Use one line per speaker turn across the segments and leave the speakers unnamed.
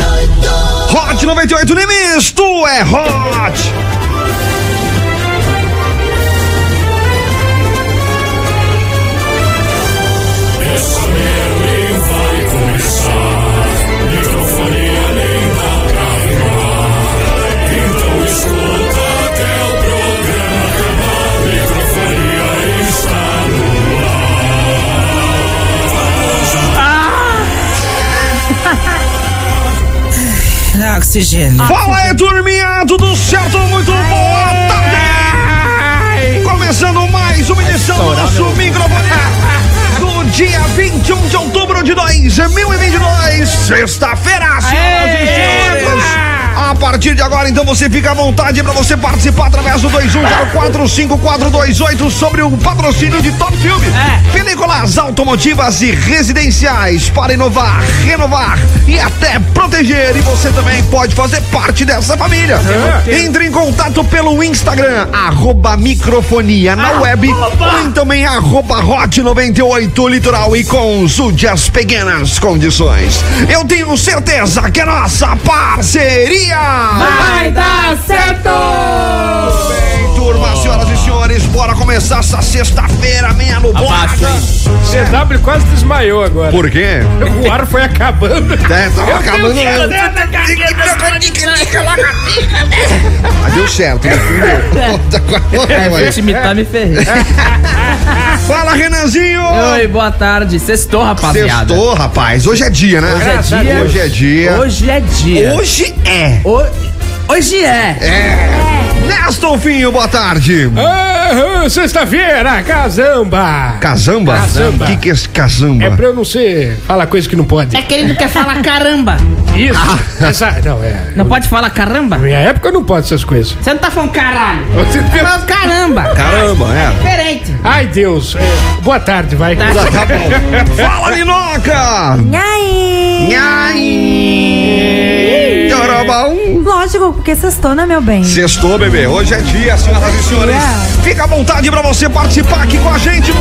Hot 98 Nimes, tu é hot!
Essa merda vai começar. Microfonia nem dá pra rimar. Então escuta até o programa acabar. Microfonia está no
Ah, oxigênio.
Fala aí, turminha, tudo certo? Muito boa tarde! Começando mais uma edição do nosso microfone do dia 21 de outubro de 2022, sexta-feira, senhoras e senhores! A partir de agora, então, você fica à vontade para você participar através do 2104528 sobre o patrocínio de Top Filme. Películas automotivas e residenciais para inovar, renovar e até proteger. E você também pode fazer parte dessa família.
Uhum.
Entre em contato pelo Instagram, arroba microfonia na
Ah,
web, ou então em arroba hot 98 litoral e consulte as pequenas condições. Eu tenho certeza que a nossa parceria
Vai dar certo!
Bem, turma, senhoras e senhores, bora começar essa sexta-feira, meia nublada.
CW quase desmaiou agora.
Por quê?
O ar foi acabando.
É, tava acabando. né? Mas deu certo, né? Tá com a outra, mas-
Se imitar, tá me ferrei.
É,
Fala, Renanzinho!
Oi, boa tarde. Sextou, rapaziada.
Sextou, rapaz. Hoje é dia, né?
Hoje é dia.
Hoje é dia.
Hoje é dia.
Hoje é.
Ho- Hoje é.
Neston Finho, boa tarde.
Aham, Ah, Sexta-feira, casamba.
Casamba?
Casamba.
O que, que é esse
É
casamba?
pra eu não ser falar coisa que não pode.
É que ele não quer falar caramba.
Isso.
Ah.
Essa, não, é.
Não pode falar caramba?
Na minha época eu não pode essas coisas.
Você não tá falando caralho.
Você
Tá
pensa-
falando caramba.
Caramba, é.
Diferente.
Ai, Deus. É, Boa tarde, vai.
Tá, tá bom. Fala, Linoca!
Nhaí!
Nhaí! Chorobão!
Lógico, porque sextou, né, meu bem?
Sextou, bebê. Hoje é dia, senhoras e senhores. Fica à vontade pra você participar aqui com a gente no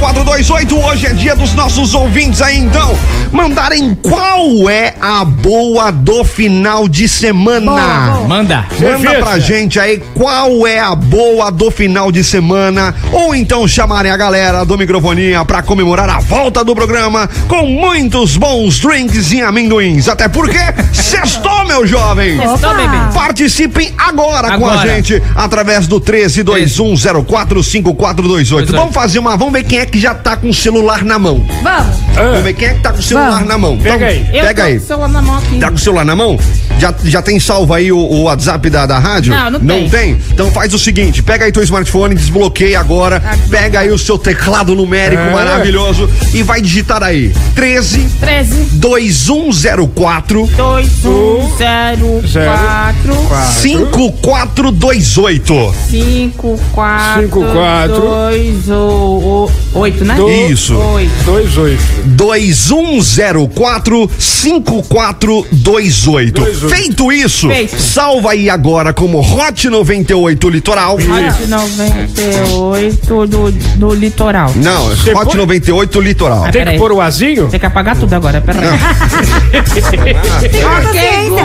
21045428. Hoje é dia dos nossos ouvintes aí, então. Mandarem qual é a boa do final de semana.
Manda.
Manda pra
Serviço.
gente aí qual é a boa do final de semana. Ou então chamarem a galera do microfonia pra comemorar a volta do programa com muitos bons drinks e amendoins. Até porque sextou, meu jovem!
Sextou, bebê.
Participem agora, com a
Agora.
gente através do 1321045428. Vamos fazer uma, vamos ver quem é que já tá com o celular na mão.
Vamos!
Vamos ver quem é que tá com o celular
Vamos.
na mão.
Ah. Pega aí.
Eu
Pega
tô
aí.
com o celular na mão aqui.
Tá com o celular na mão? Já, já tem salvo aí o, o WhatsApp da, da rádio?
Não, não
Não tem? Então faz o seguinte: pega aí teu smartphone, desbloqueia agora, pega aí o seu teclado numérico
É.
maravilhoso e vai digitar aí: 13
13,
2104
2, 1, 0,
Zero.
4,
5428.
5, 4,
Cinco, quatro.
2, 8, né?
Do-
Isso.
8.
Dois, oito.
2104 5428. Feito isso,
Feito.
salva aí agora como Hot 98 Litoral.
Hot 98 do, do litoral.
Não, é
Você
Hot
põe-
98 Litoral.
Tem que
Peraí.
pôr o azinho?
Tem que apagar tudo agora, peraí. ok,
Paciência,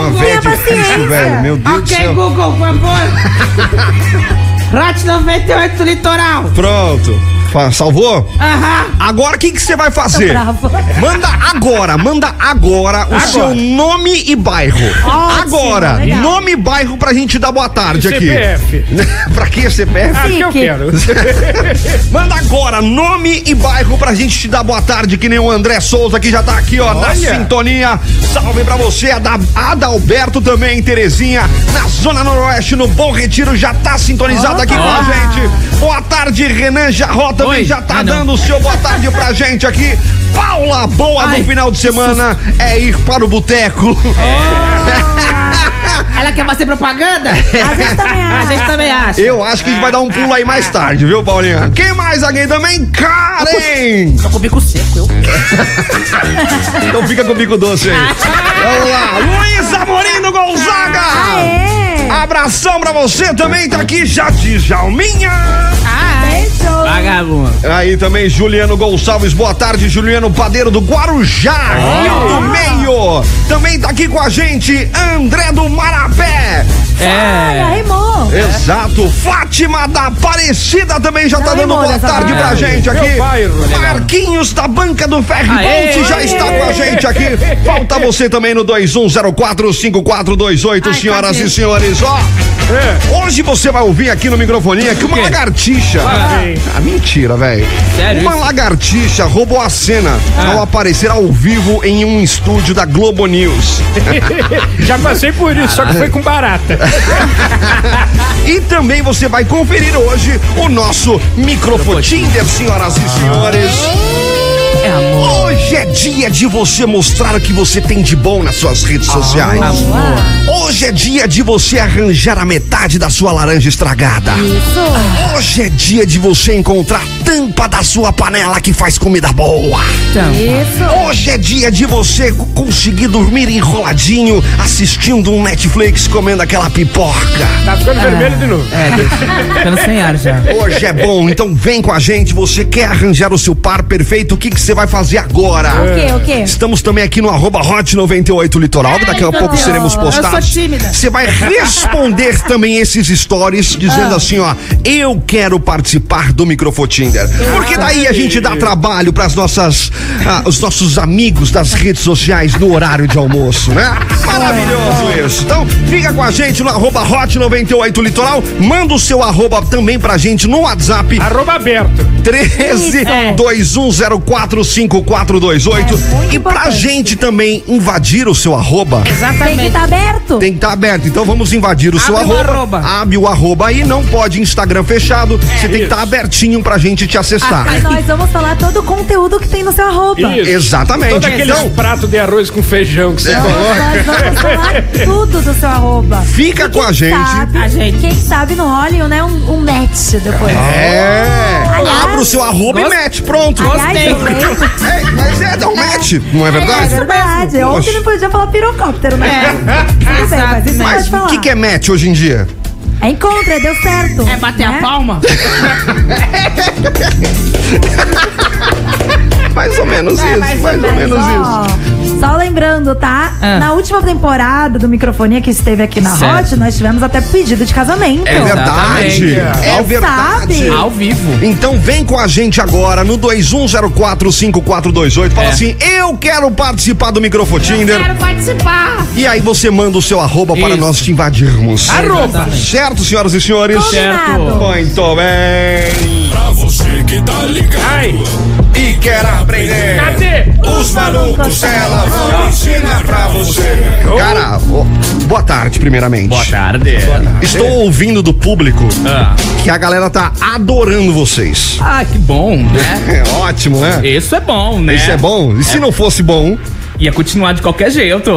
Uma
tenha
velha difícil, velho.
paciência!
Meu Deus do
Ok,
céu.
Google, por favor. Rote 98 do litoral.
Pronto. Fa- Salvou?
Aham.
Agora o que que você vai fazer?
brava.
Manda agora, manda agora o seu nome e bairro.
Ótimo,
agora,
legal.
nome e bairro pra gente dar boa tarde aqui.
CPF.
pra que CPF?
Ah, que eu
Fique.
quero.
Manda agora nome e bairro pra gente te dar boa tarde, que nem o André Souza que já tá aqui, ó, na
Olha.
sintonia. Salve pra você, a da Adalberto também, em Terezinha, na Zona Noroeste, no Bom Retiro, já tá sintonizado aqui com a gente. Boa tarde, Renan Jarró também
Oi.
já tá
Ah, não.
dando o seu boa tarde pra gente aqui. Paula, boa
Ai,
no final de semana é ir para o boteco.
Ela quer fazer propaganda?
A gente também
A
acha.
gente também acha.
Eu acho que a gente vai dar um pulo aí mais tarde, viu, Paulinha? Quem mais aqui também? Karen!
Tô com o bico seco, eu.
Então fica com o bico doce aí. Vamos lá. Luiz Amorino Gonzaga. Abração pra você também, tá aqui já Djalminha.
Beijo.
Vagabundo.
Aí também Juliano Gonçalves, boa tarde, Juliano Padeiro do Guarujá, Rio do Meio. Também tá aqui com a gente André do Marapé.
Ai,
É.
arrimou.
Exato, Fátima da Aparecida também já tá
Ai,
dando
amor,
boa
essa
tarde
barra.
pra gente
Meu
aqui.
bairro, legal.
Marquinhos da Banca do Ferro
Aê,
Ponte já
aê.
está com a gente aqui. Falta você também no 21045428,
Ai,
senhoras
cadê?
e senhores. Ó,
É.
hoje você vai ouvir aqui no microfoninha que uma
quê?
lagartixa.
Sim.
Ah, mentira, velho.
Sério
Uma
isso?
lagartixa roubou a cena
Ah.
ao aparecer ao vivo em um estúdio da Globo News.
Já passei por isso, só que foi com barata.
E também você vai conferir hoje o nosso Microfotinder, senhoras e senhores.
É amor.
Hoje é dia de você mostrar o que você tem de bom nas suas
Ah,
redes sociais. Hoje é dia de você arranjar a metade da sua laranja estragada. Hoje é dia de você encontrar a tampa da sua panela que faz comida boa.
Então,
Isso.
Hoje é dia de você conseguir dormir enroladinho assistindo um Netflix comendo aquela pipoca.
Tá ficando vermelho de novo.
É, ficando sem ar já.
Hoje é bom, então vem com a gente. Você quer arranjar o seu par perfeito? O que que você vai fazer agora?
O quê? O quê?
Estamos também aqui no arroba Hot 98 Litoral, que daqui a
Ai,
pouco
não.
seremos
Eu
postados.
sou tímida.
Você vai responder também esses stories dizendo assim, ó, eu quero participar do Microfotinder. Porque daí a gente dá trabalho para nossas ah, os nossos amigos das redes sociais no horário de almoço, né? Maravilhoso isso. Então, fica com a gente no arroba Hot 98 Litoral, manda o seu arroba também pra gente no WhatsApp
Arroba aberto.
13
É.
21045428.
É muito
E pra
importante.
gente também invadir o seu arroba,
Tem que estar tá aberto.
tem que estar aberto. Então vamos invadir o seu
Abre o
arroba.
arroba.
Abre o arroba aí, não pode Instagram fechado. Você tem que estar abertinho pra gente te acessar.
E nós vamos falar todo o conteúdo que tem no seu arroba.
Isso.
Exatamente.
Todo aquele
Então,
prato de arroz com feijão que você
Nós vamos falar tudo do seu arroba.
fica com a gente.
Sabe, Quem sabe não olha né, um, um match depois.
É.
Aliás,
Abre o seu arroba
gost-
e mete, pronto.
Aliás, também,
É, mas é, dá um match, não é
é
verdade?
verdade. Ontem não podia falar pirocóptero, né?
É.
Tudo bem, mas isso
Mas
pode
o
falar.
que, que é match hoje em dia?
É encontro, é deu certo.
É bater a
né?
palma?
Mais ou menos
É,
isso, mais, ou menos isso.
isso. Só lembrando, tá?
Ah.
Na última temporada do Microfonia que esteve aqui na
Certo.
Hot, nós tivemos até pedido de casamento.
É verdade.
Exatamente.
É
Sabe?
verdade.
Ao vivo.
Então vem com a gente agora no 21045428. Fala
É.
assim: "Eu quero participar do Microfotinder".
Quero participar.
E aí você manda o seu arroba para
Isso.
nós te invadirmos.
Arroba.
Certo, senhoras e senhores?
Certo.
Muito bem.
Pra você que tá ligado.
Ai.
E quer aprender?
Cadê?
Os malucos ela vão ensinar pra você. Cara, ó, boa tarde primeiramente.
Oh. Boa tarde.
Estou ouvindo do público
Ah.
que a galera tá adorando vocês.
Ah, que bom, né?
É ótimo, né?
Isso é bom, né?
Isso é bom? E se não fosse bom?
Ia continuar de qualquer jeito.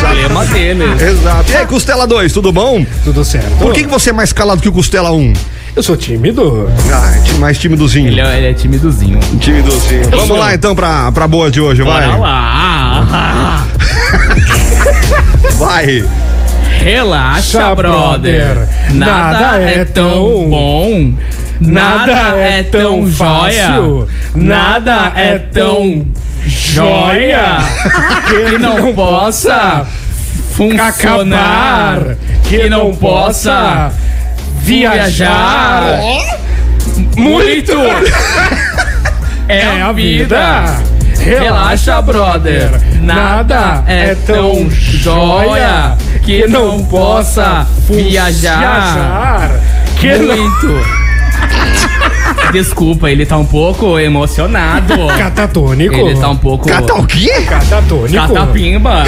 Problema dele.
Exato. E aí, Costela 2, tudo bom?
Tudo certo.
Por que, que você é mais calado que o Costela 1?
Eu sou tímido.
Ah, ti- mais timidozinho.
Ele é, ele é timidozinho.
Timidozinho. Vamos
sou.
lá então pra, pra boa de hoje, vai.
Bora
Uhum.
lá.
Vai.
Relaxa,
Sá,
brother.
brother.
Nada, é tão bom. Nada é tão joia.
fácil.
Nada é tão joia. Que não possa funcionar.
acabar,
Que não possa viajar. Muito. É a vida. Relaxa, brother. Nada é tão joia que não possa viajar
Que não...
muito. Desculpa, ele tá um pouco emocionado.
Catatônico.
Ele tá um pouco
Cata o quê?
Catatônico.
catapimba.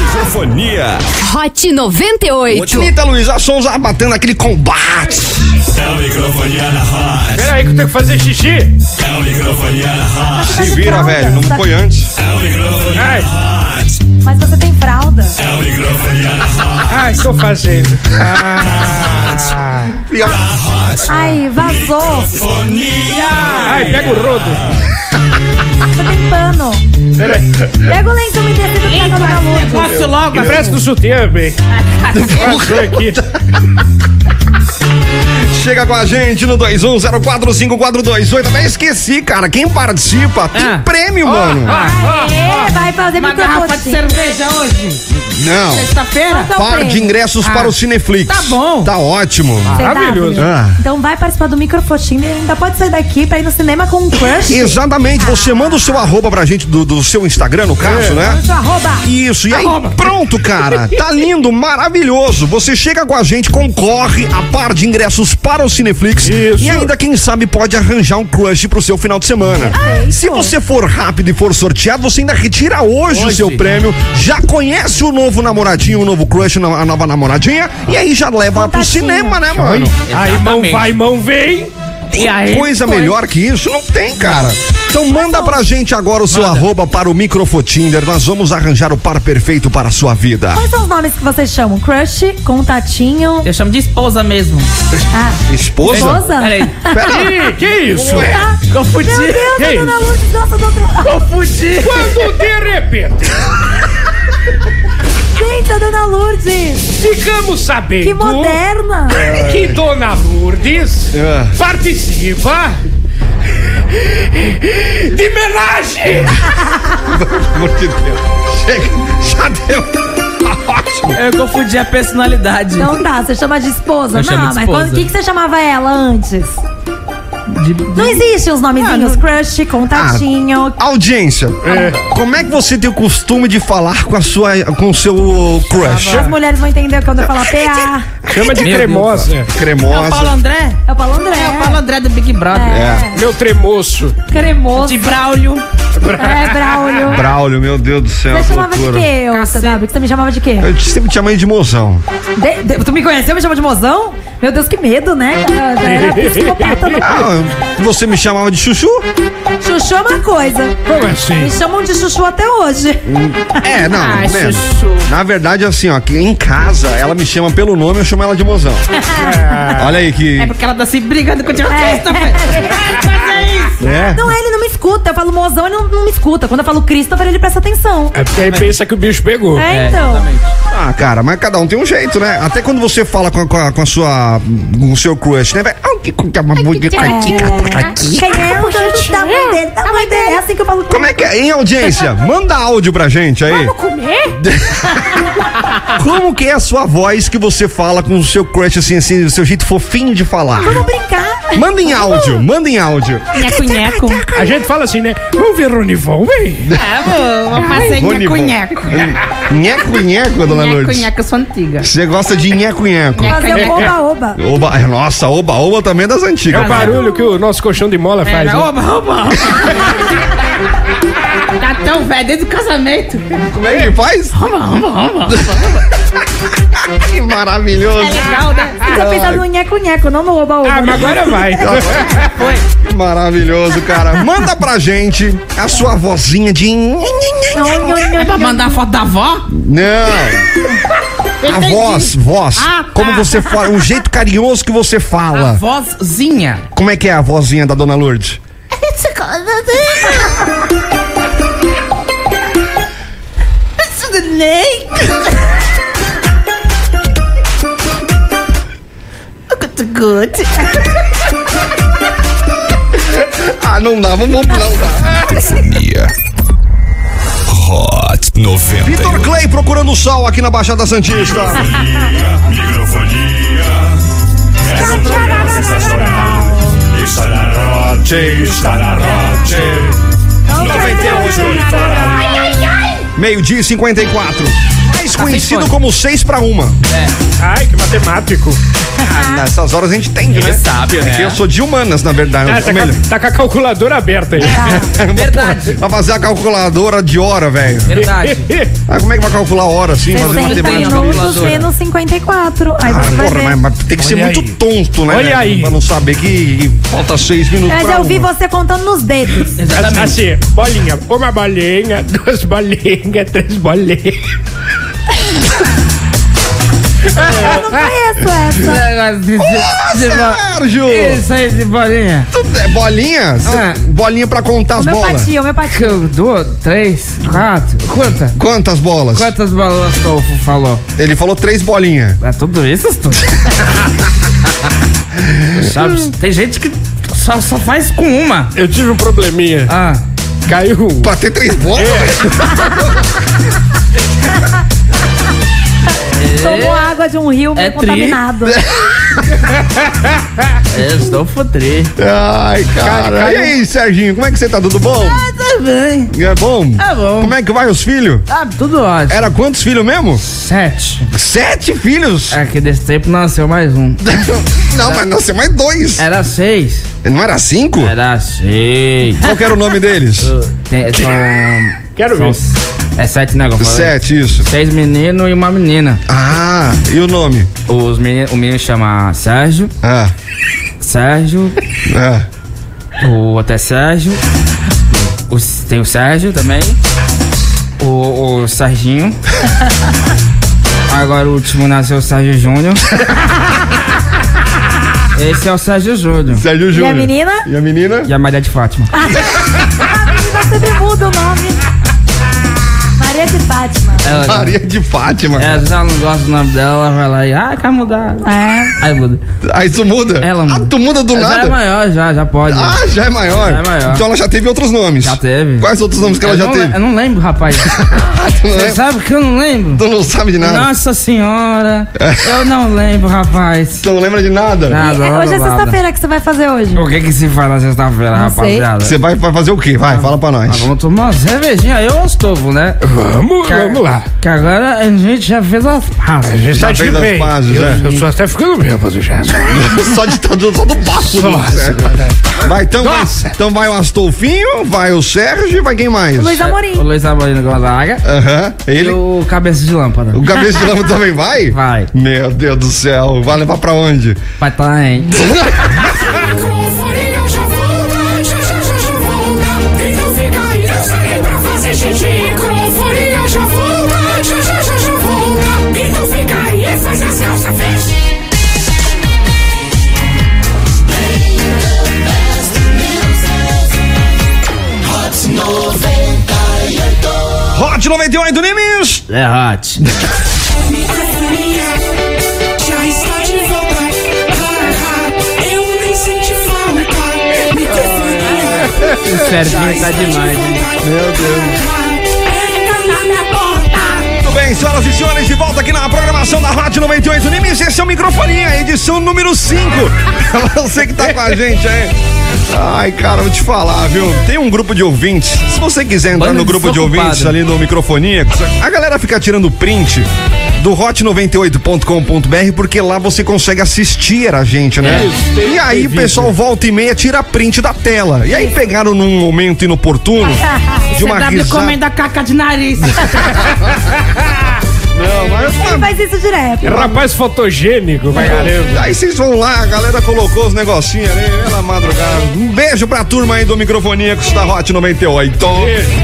Microfonia.
Hot 98.
Anitta Luísa Sonza batendo aquele combate.
É o microfonia na rádio.
Peraí que eu tenho que fazer xixi.
É o microfonia na rádio.
Se vira, velho. Não
Tá-
foi antes.
É o microfonia
Ai,
na rádio.
Mas você tem fralda.
É o microfonia na rádio.
ai, tô fazendo. Ah.
E a-
Ai, vazou.
Fonia.
Ai, pega o rodo.
Você tem pano. Pega o lenço umedecido que tá no maluco.
Posso logo?
Empresta o chuteiro, bem. Passou aqui.
Chega com a gente no 21045428. Eu Também esqueci, cara. Quem participa tem
Ah.
prêmio,
Oh.
mano.
Ah. Aê, É, vai fazer
Ah, Uma garrafa de
microfocinho.
cerveja hoje,
Não.
sexta-feira?
Então,
Par de
prêmio.
ingressos para o Cineflix.
tá bom.
Tá ótimo.
Maravilhoso.
CW.
Ah.
Então vai participar do microfotinho e ainda pode sair daqui pra ir no cinema com um crush.
Exatamente. Você manda o seu arroba pra gente do, do seu Instagram, no caso, né?
Sua arroba.
Isso, e aí pronto, cara. Tá lindo, maravilhoso. Você chega com a gente, concorre a par de ingressos para o Cineflix.
Isso.
E ainda, quem sabe, pode arranjar um crush pro seu final de semana. Se você for rápido e for sorteado, você ainda retira hoje, o
Hoje.
seu prêmio. Já conhece o novo namoradinho, o novo crush, na- a nova namoradinha. E aí já leva pro
Contatinho.
cinema, né, mano?
Aí mão
Exatamente.
vai, mão vem.
E
é
aí,
Coisa melhor que isso não tem, cara. Então manda pra gente agora o seu arroba para o Microfotinder. Nós vamos arranjar o par perfeito para a sua vida.
Quais são os nomes que vocês chamam? Crush, contatinho,
eu chamo de esposa mesmo.
Esposa?
esposa?
Peraí.
Ih, que isso?
Tá.
Confundi.
Meu Deus,
Que
a dona
isso?
Lourdes gosta do outro lado.
Confundi.
Quando de repente
Gente, a dona Lourdes.
ficamos sabendo
Que moderna.
que Dona Lourdes
Ah.
participa de homenagem.
Pelo amor de Deus. Chega, já deu. Tá ótimo.
Eu confundi a personalidade.
Então tá, você chama de esposa.
Eu
não,
chamo de
mas
esposa.
quando- o que, que você chamava ela antes? Não existem os nomezinhos. Crush, contatinho.
Audiência, como é que você tem o costume de falar com a sua, com o seu crush?
As mulheres vão entender quando eu falar PA.
Chama de
Meu
cremosa.
Paulo
Cremosa.
André?
É o Paulo André.
É o Paulo André do Big Brother.
É,
Meu tremoço.
cremoso.
De Braulio.
É, Braulio.
Braulio, meu Deus do céu.
Você chamava de
loucura.
quê, ô, CW? Que Você me chamava de quê?
Eu sempre te chamei de mozão.
De- de- tu me conheceu, me chamou de mozão? Meu Deus, que medo, né? Eu era psicopata no...
Ah, você me chamava de chuchu?
Chuchu é uma coisa.
Como assim?
Me chamam de chuchu até hoje.
É, não.
Ah,
Ai,
né?
chuchu.
Na verdade, assim, ó, que em casa ela me chama pelo nome, eu chamo ela de mozão. Olha aí que.
É porque ela tá se brigando com o tio
É.
Christopher.
né?
Não, ele não me escuta. Eu falo mozão, ele não, não me escuta. Quando eu falo Christopher, ele presta atenção.
É porque aí pensa que o bicho pegou.
É, então.
Ah, cara, mas cada um tem um jeito, né? Até quando você fala com a, com a- com a sua. com o seu crush, né? Vai, "Ah, que cu- que é uma bonita aqui, cara, aqui."
Quem é o crush da mãe dele? Da mãe dele. É assim que eu falo.
Como é que é? Em audiência, manda áudio pra gente aí.
Vamos comer?
Como que é a sua voz que você fala com o seu crush, assim, assim, o seu jeito fofinho de falar?
Vamos brincar.
Manda em áudio, manda em áudio.
Nheco, nheco.
A gente fala assim, né? Vamos ver Ronivon, vem.
É,
Ah, vou, vou fazer nheco,
Ronivon.
nheco.
Nheco, nheco, dona
Nheco,
Lourdes.
nheco, eu sou antiga.
Você gosta de nheco, nheco.
Fazer um oba-oba.
Oba, nossa, oba, oba também é das
É
antigas.
o barulho que o nosso colchão de mola
É,
faz. né?
oba, oba, oba. Tá tão velho desde o casamento.
Como é que faz?
Oba, oba, oba.
Que maravilhoso.
Legal, né?
Você pensa no nheco-nheco, não no oba-oba.
Ah, mas agora vai.
Maravilhoso, cara. Manda pra gente a sua vozinha de.
Nho, nho, nho,
É pra
nho.
mandar foto da avó?
Não. A voz, voz.
Ah, tá.
Como você fala, o jeito carinhoso que você fala.
Vozinha.
Como é que é a vozinha da dona Lourdes?
Ney. Good.
Ah, não dá, vamos, vamos não dá.
Hot 98.
Vitor Clay procurando o sol aqui na Baixada Santista.
Microfonia, microfonia. É um programa sensacional. Está na Hot, está na Hot.
é
98
um
para
Meio-dia e 54. Mais conhecido como 6 pra 1.
Ai, que matemático.
Nessas horas a gente entende, né?
sabe,
É que eu sou de humanas, na verdade.
Ah, tá,
Melhor.
com a, tá com a calculadora aberta aí.
um
Verdade,
Vai fazer a calculadora de hora, velho.
verdade.
Ah, como é que vai calcular a hora assim? Fazer
60
matemática.
minutos
calculadora.
menos 54. Aí
Ah,
você vai
porra, mas,
ver.
mas tem que ser
Olha
muito
aí.
tonto, né?
Olha
velho?
aí.
Pra não saber que que falta seis minutos.
Mas
pra
eu vi
uma.
você contando nos dedos.
Exatamente.
Assim, bolinha, uma bolinha, duas bolinhas, três bolinhas.
Eu não conheço essa.
Um
essa.
Ô, Sérgio!
Isso aí de bolinha.
Tu- é bolinha? Cê-
Ah.
Bolinha pra contar as bolas.
Homeopatia, homeopatia.
Que eu dou três, quatro. Quanta?
Quantas bolas?
Quantas bolas o Tolfo falou?
Ele falou três bolinhas.
É tudo isso, Tolfo? Sabe, tem gente que só, só faz com uma.
Eu tive um probleminha.
Ah,
Caiu um.
Pra ter três bolas? É.
Tomou água de um rio meio
É tri.
contaminado.
É,
Eu estou fodrei.
Ai, cara.
Cai-
E aí, Serginho, como é que você tá? Tudo bom?
tá bem.
É bom?
Tá bom.
Como é que vai os filhos?
Tá tudo ótimo.
Era quantos filhos mesmo?
Sete.
Sete filhos?
É que desse tempo nasceu mais um.
Não, mas nasceu mais dois.
Era seis.
Não era cinco?
É. Era seis.
Qual que era o nome deles?
Tem, são,
Quero ver.
é sete negócios.
Sete, isso.
Seis meninos e uma menina.
Ah, e o nome?
Os meni, o menino chama Sérgio,
Ah,
Sérgio,
ah.
o outro é Sérgio, o- tem o Sérgio também, o, o Serginho. Agora o último nasceu o Sérgio Júnior. Esse é o Sérgio Júnior
Sérgio
E a
Júnior.
menina?
E a menina?
e a Maria de Fátima.
Ainda tá sempre muda o nome. Maria de Fátima.
Ah,
Ela,
Maria de Fátima.
ela, se É, ela não gosta do nome dela, ela vai lá e, ah, quer mudar.
É.
Aí muda.
Aí tu muda?
Ela muda.
Ah, tu muda do
Já é
nada?
maior, já, já pode.
ah, já é maior.
Já é maior.
Então ela já teve outros nomes.
Já teve.
Quais outros nomes que ela
eu
já
não,
teve?
Eu não lembro, rapaz.
Ah, tu, não
Você
lembra?
sabe que eu não lembro?
Tu não sabe de nada.
Nossa senhora,
É.
eu não lembro, rapaz.
Tu não lembra de nada?
Nada, nada,
Hoje é
nada.
sexta-feira que você vai fazer hoje.
O que que se faz na sexta-feira,
Não sei.
rapaziada?
Você vai vai fazer o quê? Vai, fala pra
Ah,
nós.
vamos tomar uma cervejinha, eu ou os tovo, né?
Uhum.
Vamos,
Que-
vamos lá.
Que agora a gente já fez as
A
pazes.
gente
Já
tá
fez
de
as
bem.
pazes,
eu,
é.
eu sou até ficando bêbado já.
só de tá do- só do papo. do
Nossa.
Sérgio. Vai, então, vai-
Nossa.
então vai o Astolfinho, vai o Sérgio e vai quem mais?
Luiz
O
Amorim.
Luiz tá Amarino Gonzaga
Aham,
e
ele.
o Cabeça de Lâmpada.
O cabeça de lama também vai?
Vai.
Meu Deus do céu, vai levar pra onde?
Vai tá, hein?
Microfonia, eu já volto, já, já, já, já volto. Então fica aí, eu saí pra fazer xixi. Microfonia, eu já volto, já, já, já, já volto. Então fica aí, e faz as calças, fecha.
Hot 98 Nimes!
É hot.
Já está de volta. Ha, ha, eu nem senti falta. Microfonia.
O Serginho tá demais, hein?
Meu Deus. Entra na minha porta.
Muito bem, senhoras e senhores, de volta aqui na programação da Hot 98 Nimes. Esse é o Microfonia, edição número 5. Pra você que tá com a gente aí. Ai, cara, vou te falar, viu? Tem um grupo de ouvintes. Se você quiser entrar
Bando
no grupo de
desocupado.
ouvintes ali no Microfonia, a galera fica tirando print do hot98.com.br porque lá você consegue assistir a gente, né? e aí, pessoal, volta e meia tira print da tela. E aí pegaram num momento inoportuno de
tá
uma
CW
risada.
comendo a caca de nariz.
Não, mas
Ele faz isso direto.
Rapaz fotogênico, vai caramba.
Aí vocês vão lá, a galera colocou os negocinhos ali, pela madrugada. Um beijo pra turma aí do Microfoníacos da Hot 98.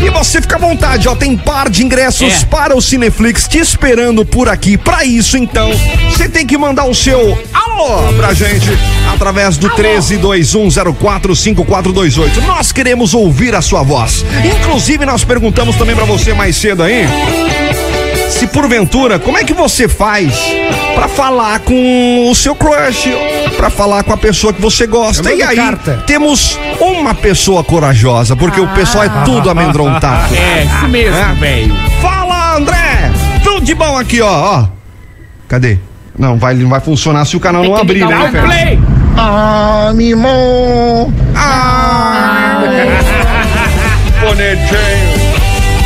E você fica à vontade, ó, tem par de ingressos
É.
para o Cineflix te esperando por aqui. Pra isso, então, você tem que mandar o seu alô pra gente através do 1321045428. Nós queremos ouvir a sua voz. Inclusive, nós perguntamos também pra você mais cedo aí se porventura, como é que você faz pra falar com o seu crush, pra falar com a pessoa que você gosta? E aí,
carta.
temos uma pessoa corajosa, porque o pessoal é tudo amedrontado.
É, isso
Ah.
mesmo, velho.
Fala, André! Tudo de bom aqui, ó, ó. Cadê? Não, vai, não vai funcionar se o canal não
que
abrir,
ligar
né?
o
cara?
Play!
Ah! Bonitinho.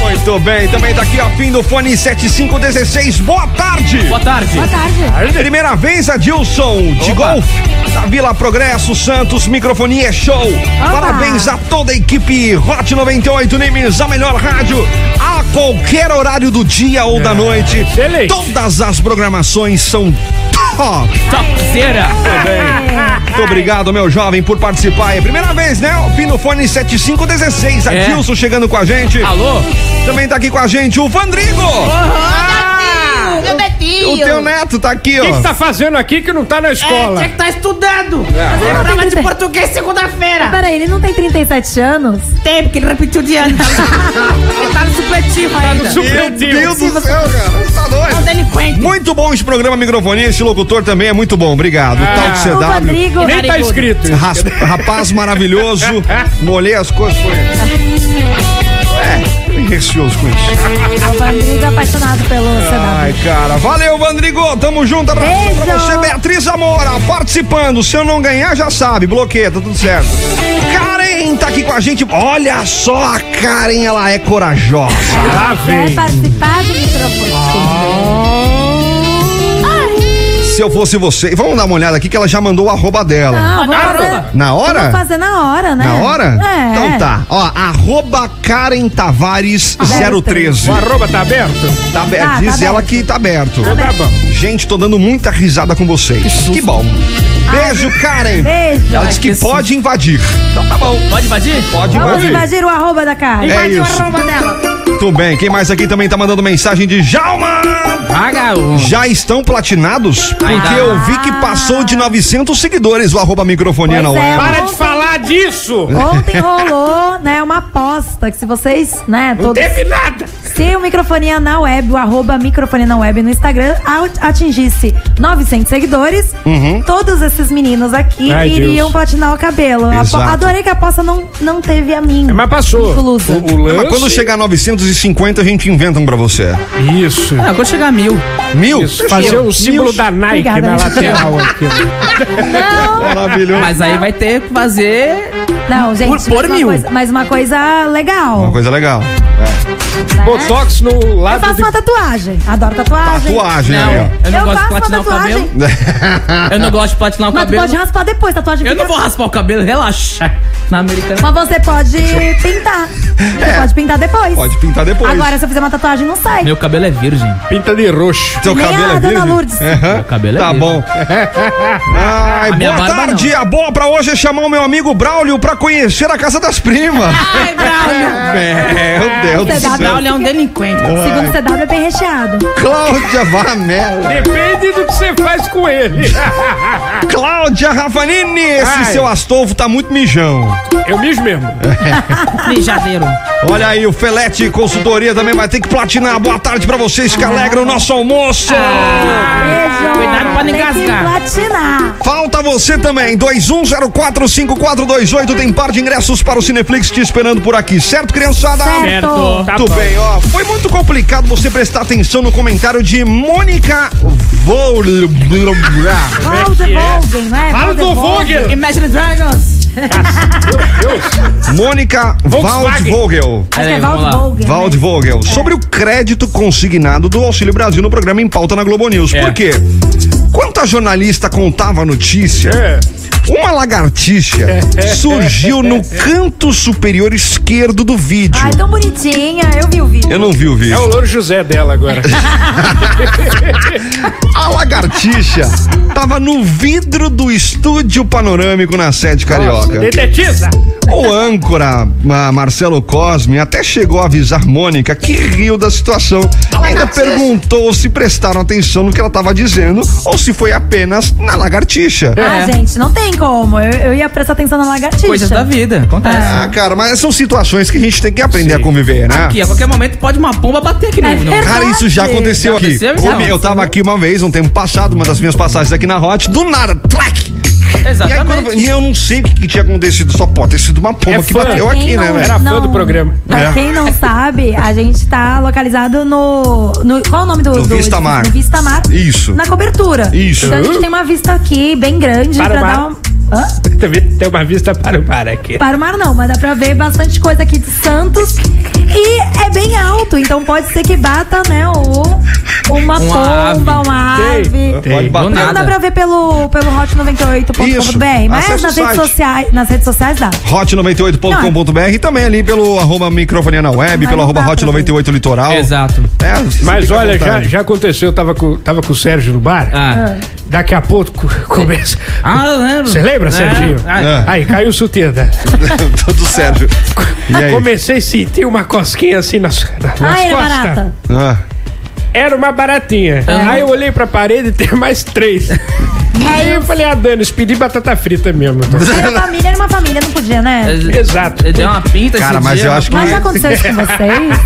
Muito bem, também daqui a fim do fone 7516. Boa tarde!
Boa tarde.
Boa tarde.
Primeira vez a Dilson de Golf da Vila Progresso Santos, microfonia é show. Parabéns a toda a equipe Hot 98 Nimes, a melhor rádio a qualquer horário do dia ou da noite.
É, excelente.
Todas as programações são top.
Topzera.
Muito obrigado, meu jovem, por participar. É a primeira vez, né? Pino Fone 7516, a
É.
Dilson chegando com a gente.
Alô?
Também tá aqui com a gente o Vandrigo. Ah,
Meu Betinho.
o teu neto tá aqui,
O que
ó.
que tá fazendo aqui que não tá na
É,
escola?
tinha que tá estudando. Fazer
ele não
prova
tem
de
ideia.
português segunda-feira.
Peraí, ele não tem 37 anos?
Tem, porque ele repetiu de ano. ele tá no supletivo ainda.
Meu Deus do
Deus.
céu, cara. Tá
É um
doido.
delinquente.
Muito bom esse programa Microfonia. Esse locutor também é muito bom. Obrigado.
O
Tal de CW.
Rodrigo.
Nem tá escrito.
Ras- Rapaz maravilhoso, molhei as coisas com ele. É, bem receoso com isso.
O Rodrigo é apaixonado pelo CW.
Ai, cara. Valeu, Vandrigo. Tamo junto. Abraço pra
Beijo.
você, Beatriz Amora, participando. Se eu não ganhar, já sabe. Bloqueia, tá tudo certo. Karen tá aqui com a gente. Olha só a Karen, ela é corajosa.
Lá
Quer
vem.
participar do microfone?
Se eu fosse você. Vamos dar uma olhada aqui que ela já mandou o arroba dela.
Não, vou
Arroba.
fazer,
Na
Ah, vou
hora?
fazer na hora, né?
Ah, Na hora?
É.
Então tá. Ó, arroba Karen Tavares 013.
O arroba tá aberto?
Tá aberto.
Tá, tá
Diz ela
aberto.
que tá aberto.
Então tá bom.
Gente, tô dando muita risada com vocês. Que bom. Beijo, Karen.
Beijo.
Ela disse que pode invadir.
Então tá bom. Pode invadir?
Pode
Vamos
invadir.
invadir o arroba da cara.
É
Invadiu a
isso.
roupa dela.
Tudo bem. Quem mais aqui também tá mandando mensagem de Jalma?
Vagabundo.
Já estão platinados?
Ah.
Porque eu vi que passou de 900 seguidores o arroba microfonia
Pois
não
é,
é.
Para de falar disso!
Ontem rolou, né, uma aposta que se vocês, né,
Não
todos,
teve nada!
se o Microfonia na Web, o arroba Microfonia na Web no Instagram a- atingisse 900 seguidores, todos esses meninos aqui
Ai,
iriam
Deus.
platinar o cabelo. Apo-
Exato.
Adorei que a aposta não, não teve a mim.
É, Mas passou.
Inclusa.
O, o lance...
Mas quando chegar a 950, a gente inventa um pra você.
Isso.
Ah, quando chegar a mil.
Mil?
Fazer o símbolo da Nike
Obrigada,
na
gente.
lateral aqui.
Maravilhoso.
Mas aí vai ter que fazer.
Não, gente,
Por- por
mas, uma
mil.
coisa, mas uma coisa legal.
Uma coisa legal.
né?
Botox no
Eu
lado
faço
de...
uma tatuagem. Adoro tatuagem.
Tatuagem aí, ó.
Eu não
Eu
gosto de
faço uma
platinar o cabelo.
tatuagem.
Eu não gosto de platinar o
Mas tu
cabelo.
pode raspar depois, tatuagem
Eu
fica
não vou raspar o cabelo, relaxa. Na americana.
Mas você pode pintar. Você pode pintar depois.
Pode pintar depois.
Agora, se eu fizer uma tatuagem, não sai.
Meu cabelo é virgem.
Pinta de roxo.
Seu
nem
cabelo
a
é
Dona
virgem?
Lourdes.
Aham.
Meu cabelo é
Tá
virgem.
bom. Ai,
minha
boa
barba
tarde. A boa pra hoje é chamar o meu amigo Braulio pra conhecer a Casa das Primas.
Ai, Braulio.
Meu Deus do
CW.
céu.
Braulio é um delinquente.
Segundo o CW é bem recheado.
Cláudia Vamela.
Depende do que você faz com ele.
Cláudia Rafanini. Esse
Ai.
seu Astolfo tá muito mijão.
Eu mesmo mesmo.
Mijadeiro.
Olha aí, o Felete Consultoria também vai ter que platinar. Boa tarde pra vocês que alegram o nosso almoço.
Beijo.
cuidado pra não
Tem
engasgar.
Que platinar.
Falta você também. 21045428 tem par de ingressos para o Cineflix te esperando por aqui, certo, criançada?
Certo.
Tá
Muito
bom.
bem, ó. Foi muito complicado você prestar atenção no comentário de Mônica Volbra.
Volkswagen, não é?
Fala do
Volkswagen.
Vogel.
Imagine Dragons.
Mônica
Volkswagen.
Waldvogel.
Acho que é
Peraí, vamos lá.
Volkswagen. né?
Waldvogel. Sobre o crédito consignado do Auxílio Brasil no programa Em Pauta na Globo News. Por quê? Quando a jornalista contava a notícia,
É.
uma lagartixa surgiu no canto superior esquerdo do vídeo.
Ai, tão bonitinha. Eu vi o vídeo.
Eu não vi o
É o
vídeo.
Louro José dela agora.
A lagartixa tava no vidro do estúdio panorâmico na sede carioca.
Detetiza.
O âncora Ma- Marcelo Cosme até chegou a avisar Mônica que riu da situação. Ainda perguntou se prestaram atenção no que ela estava dizendo ou se foi apenas na lagartixa.
Ah, gente, não tem como. Eu, eu ia prestar atenção na lagartixa.
Coisas da vida.
É.
Acontece.
Ah, cara, mas são situações que a gente tem que aprender a conviver, né?
Aqui, a qualquer momento pode uma pomba bater aqui no.
É
no-
Cara, isso já aconteceu
Já
aqui.
aconteceu?
Ô,
Já.
meu, eu tava aqui uma vez, um tempo passado, uma das minhas passagens aqui na Hot, do nada, track! E, aí, quando-
Exatamente.
e eu não sei o que, que tinha acontecido, só pode ter sido uma pomba
É
que
fã.
bateu
Pra quem
aqui, né,
não-
velho?
Era fã
não-
do programa.
Pra
É.
quem não sabe, a gente tá localizado no. no- qual é o nome do.
No
do-
Vistamar.
No Vistamar.
Isso.
Na cobertura.
Isso.
Então a gente tem uma vista aqui bem grande
Para o
pra
mar.
dar um. Hã?
Também Tem uma vista para o mar aqui.
Para o mar não, mas dá pra ver bastante coisa aqui de Santos. E é bem alto, então pode ser que bata, né? O, uma, pomba, uma ave.
Pode
Tem.
Do
bater.
Não né? dá
nada.
pra ver pelo, pelo
Isso.
hot98.com.br, mas
Acessa
nas
o site.
redes, sociais, nas redes sociais dá.
hot98.com.br e também ali pelo arroba microfonia na web,
Mas
pelo
não
arroba
dá pra
hot98 litoral.
Exato.
É,
Mas
fica à
olha, já,
vontade.
já aconteceu, eu tava com, tava com o Sérgio no bar.
Ah,
Daqui a pouco co- começa.
ah eu lembro.
Você lembra,
É.
Serginho?
Ah,
Aí caiu o sutiã. né?
Todo Sérgio. E aí?
Comecei a sentir uma cosquinha assim nas, nas
Ah, era
costas.
barata.
Ah,
era uma baratinha.
Ah.
Aí eu olhei pra parede e tem mais três. Aí eu falei, ah, Dani, pedi batata frita mesmo.
Era é família, era uma família, não podia, né?
Ele-
Exato.
Ele deu uma pinta
Cara,
esse
mas
dia.
eu acho que.
Mas já aconteceu isso com vocês?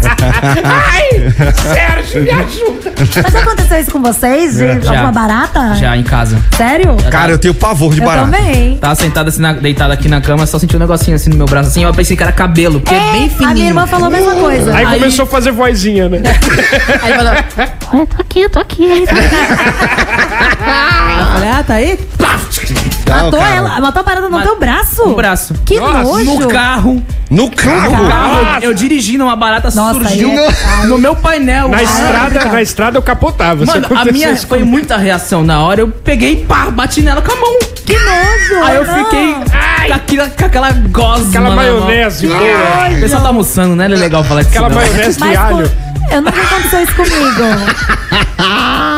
Ai, Sérgio, me ajuda.
Mas já aconteceu isso com vocês? De
Já.
alguma barata?
Já em casa.
Sério?
Cara, eu tenho pavor de
Eu
barato.
também.
Tava sentado assim, na- deitado aqui na cama, só senti um negocinho assim no meu braço, assim, eu pensei que era cabelo, porque é bem
A minha
fininho. Uh!
irmã falou a mesma coisa.
Aí,
Aí-
começou a fazer vozinha, né?
Aí falou,
Eu tô aqui, eu tô aqui. Ele tá
falei, ah, tá aí?
Não,
Matou
Ah, cara.
ela, matou a parada no
Ah, Ma-
teu braço?
No braço.
Que
Nossa,
nojo.
No carro,
No carro?
carro eu dirigindo, uma barata
Nossa,
surgiu
aí é
no meu painel.
Na
Ah,
estrada, na estrada eu capotava. se
Mano, a
acontecesse
minha
isso
foi muita reação na hora. Eu peguei e pá, bati nela com a mão.
Que nojo.
Aí eu
não.
fiquei com aquela, com aquela gosma.
Aquela
na mão.
maionese, boa.
O pessoal tá almoçando, né? É legal falar disso.
Aquela
não.
maionese de
Mas com-
alho.
eu nunca aconteceu isso comigo.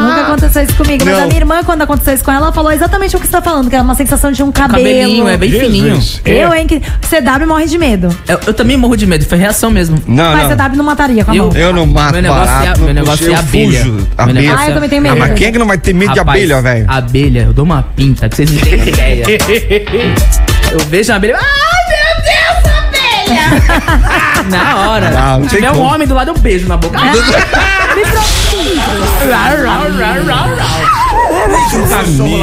nunca aconteceu isso comigo. Mas
Não.
a minha irmã, quando aconteceu isso com ela, ela falou exatamente o que você tá falando, que é uma sensação de um cabelo.
Cabelinho, é bem fininho.
Jesus. É.
Eu, hein? Que CW morre de medo.
Eu, eu também morro de medo, foi reação mesmo.
Ah, Não, não.
Mas CW não mataria com a mão.
Eu-
Eu não mato
Meu negócio é a-
barato.
meu
não
negócio
puxo,
é
eu
abelha.
fujo.
Meu
Abelha.
negócio
Ah, eu também tenho
Ah,
medo.
mas quem é que não vai ter medo de
Rapaz,
abelha, velho?
Abelha, eu dou uma pinta que vocês não têm ideia. Eu vejo a abelha. Ai, meu Deus, abelha! Na hora.
Ah, não
Se
tem
tiver um
como.
homem do lado, eu beijo na boca.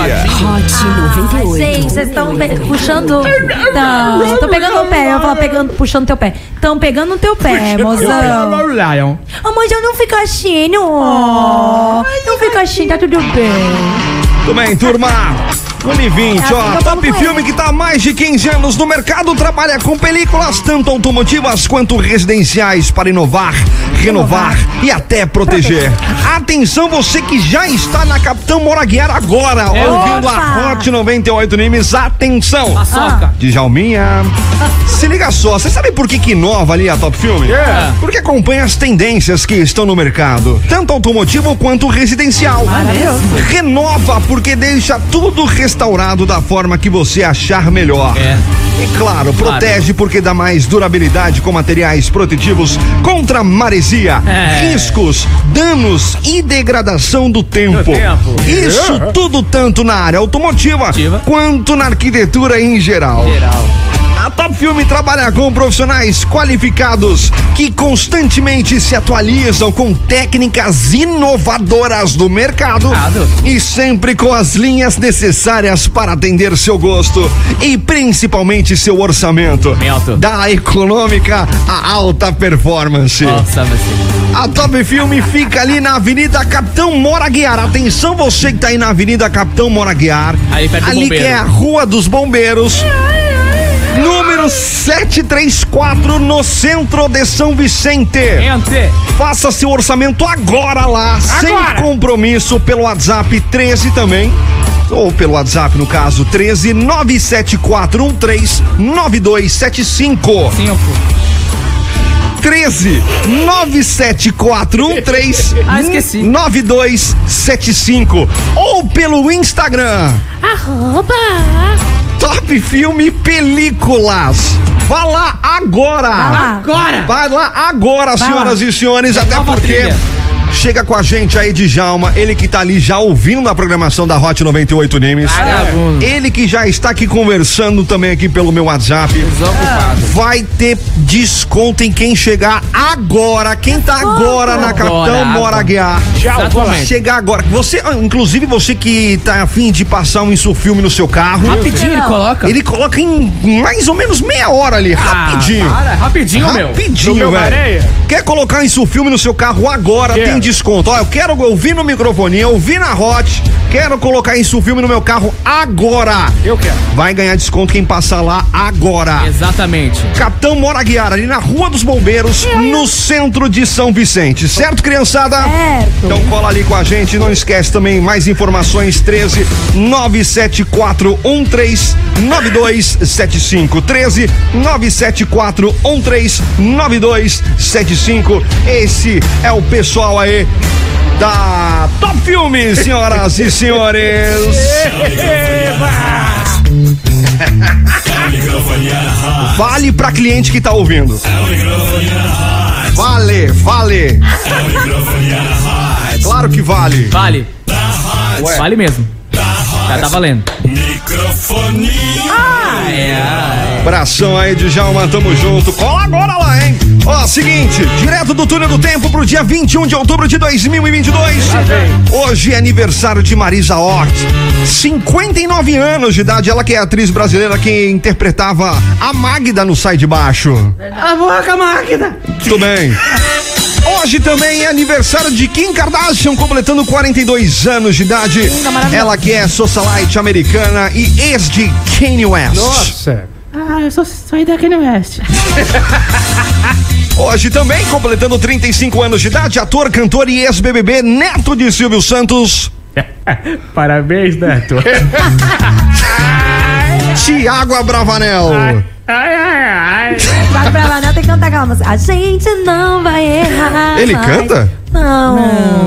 Hot 98.
Gente, vocês estão puxando. Não, estão pegando o pé. Eu ia falar pegando, puxando teu pé. Estão pegando o teu pé, mozão.
Lion.
Amor, eu não fica assim, não. Não fica assim, tá tudo bem.
Tudo bem, turma? 1 e 20,
É assim
ó.
que eu falo
Top
com
Filme, que tá há mais de 15 anos no mercado, trabalha com películas tanto automotivas quanto residenciais para inovar, renovar e até proteger. Atenção, você que já está na Capitão Moraguiar agora, ouvindo a
Opa!
Hot 98 Nimes, atenção!
Paçoca.
Djalminha. Se liga só, você sabe por que que inova ali a Top Filme?
É.
Porque acompanha as tendências que estão no mercado, tanto automotivo quanto residencial. Renova porque deixa tudo restaurado da forma que você achar melhor.
É.
E claro, protege porque dá mais durabilidade com materiais protetivos contra maresia,
É.
riscos, danos e degradação do tempo.
tempo.
Isso tudo tanto na área automotiva
Automotiva.
quanto na arquitetura em geral.
Geral.
A Top Filme trabalha com profissionais qualificados que constantemente se atualizam com técnicas inovadoras do mercado
Mercado.
e sempre com as linhas necessárias para atender seu gosto e principalmente seu orçamento.
Mento.
Da econômica à alta performance.
Nossa, você.
A Top Filme fica ali na Avenida Capitão Moraguiar. Atenção você que tá aí na Avenida Capitão Moraguiar.
Aí perto do
ali que
bombeiro.
é a Rua dos Bombeiros. Número 734 no centro de São Vicente.
Ente.
Faça seu orçamento agora lá, sem compromisso, pelo WhatsApp 13 também. Ou pelo WhatsApp, no caso, 13 97413 9275.
Cinco.
13 97413
Ah, esqueci.
9275 ou pelo Instagram Top Filme Películas. Vá lá agora.
Agora.
Vai lá agora, senhoras e senhores, até
Nova
porque
trilha.
chega com a gente aí Djalma, ele que tá ali já ouvindo a programação da Hot 98 Nimes.
Vagabundo.
É. Ele que já está aqui conversando também aqui pelo meu WhatsApp.
Desocupado.
Vai ter desconto em quem chegar agora. Quem tá agora na Capitão
Agora.
Moraguiar.
Já, vou lá.
Exatamente.
Chegar agora. Você, ah, inclusive você que tá afim de passar um insufilme no seu carro,
Rapidinho ele coloca.
ele coloca em mais ou menos meia hora ali,
Ah,
rapidinho.
para, rapidinho, meu.
No
Rapidinho,
meu
velho.
areia.
Quer colocar isso filme no seu carro agora?
Quero.
Tem desconto. Ó, eu quero ouvir no microfone, eu ouvi na Hot. Quero colocar isso filme no meu carro agora.
Eu quero.
Vai ganhar desconto quem passar lá agora.
Exatamente.
Capitão Moraguiar, ali na Rua dos Bombeiros, no centro de São Vicente. Certo, criançada?
É.
Certo.
Então cola ali com a gente. Não esquece também mais informações: 13 974 13 9275. 13 974 13 9275. Esse é o pessoal aí da Top Filmes, senhoras e senhores. Vale pra cliente que tá ouvindo. Vale, vale. É Claro que vale.
Vale.
Ué.
Vale mesmo. Já tá valendo.
Abração aí, Djalma, tamo junto. Cola agora lá, hein? Ó, seguinte, direto do túnel do tempo pro dia 21 de outubro de 2022. Hoje é aniversário de Marisa Hort. 59 anos de idade, ela que é a atriz brasileira que interpretava a Magda no Sai de Baixo.
Cala a boca, máquina.
Tudo bem. Hoje também é aniversário de Kim Kardashian, completando 42 anos de idade. Ela que é socialite americana e ex de Kanye West.
Nossa.
Ah, eu só saí daquele oeste.
Hoje também, completando 35 anos de idade, ator, cantor e ex-BBB, neto de Silvio Santos,
Parabéns, Neto.
Tiago Abravanel.
Ai, ai, ai.
Vai pra lá, não tem que cantar aquela música. A gente não vai errar.
Ele
mais.
canta?
Não.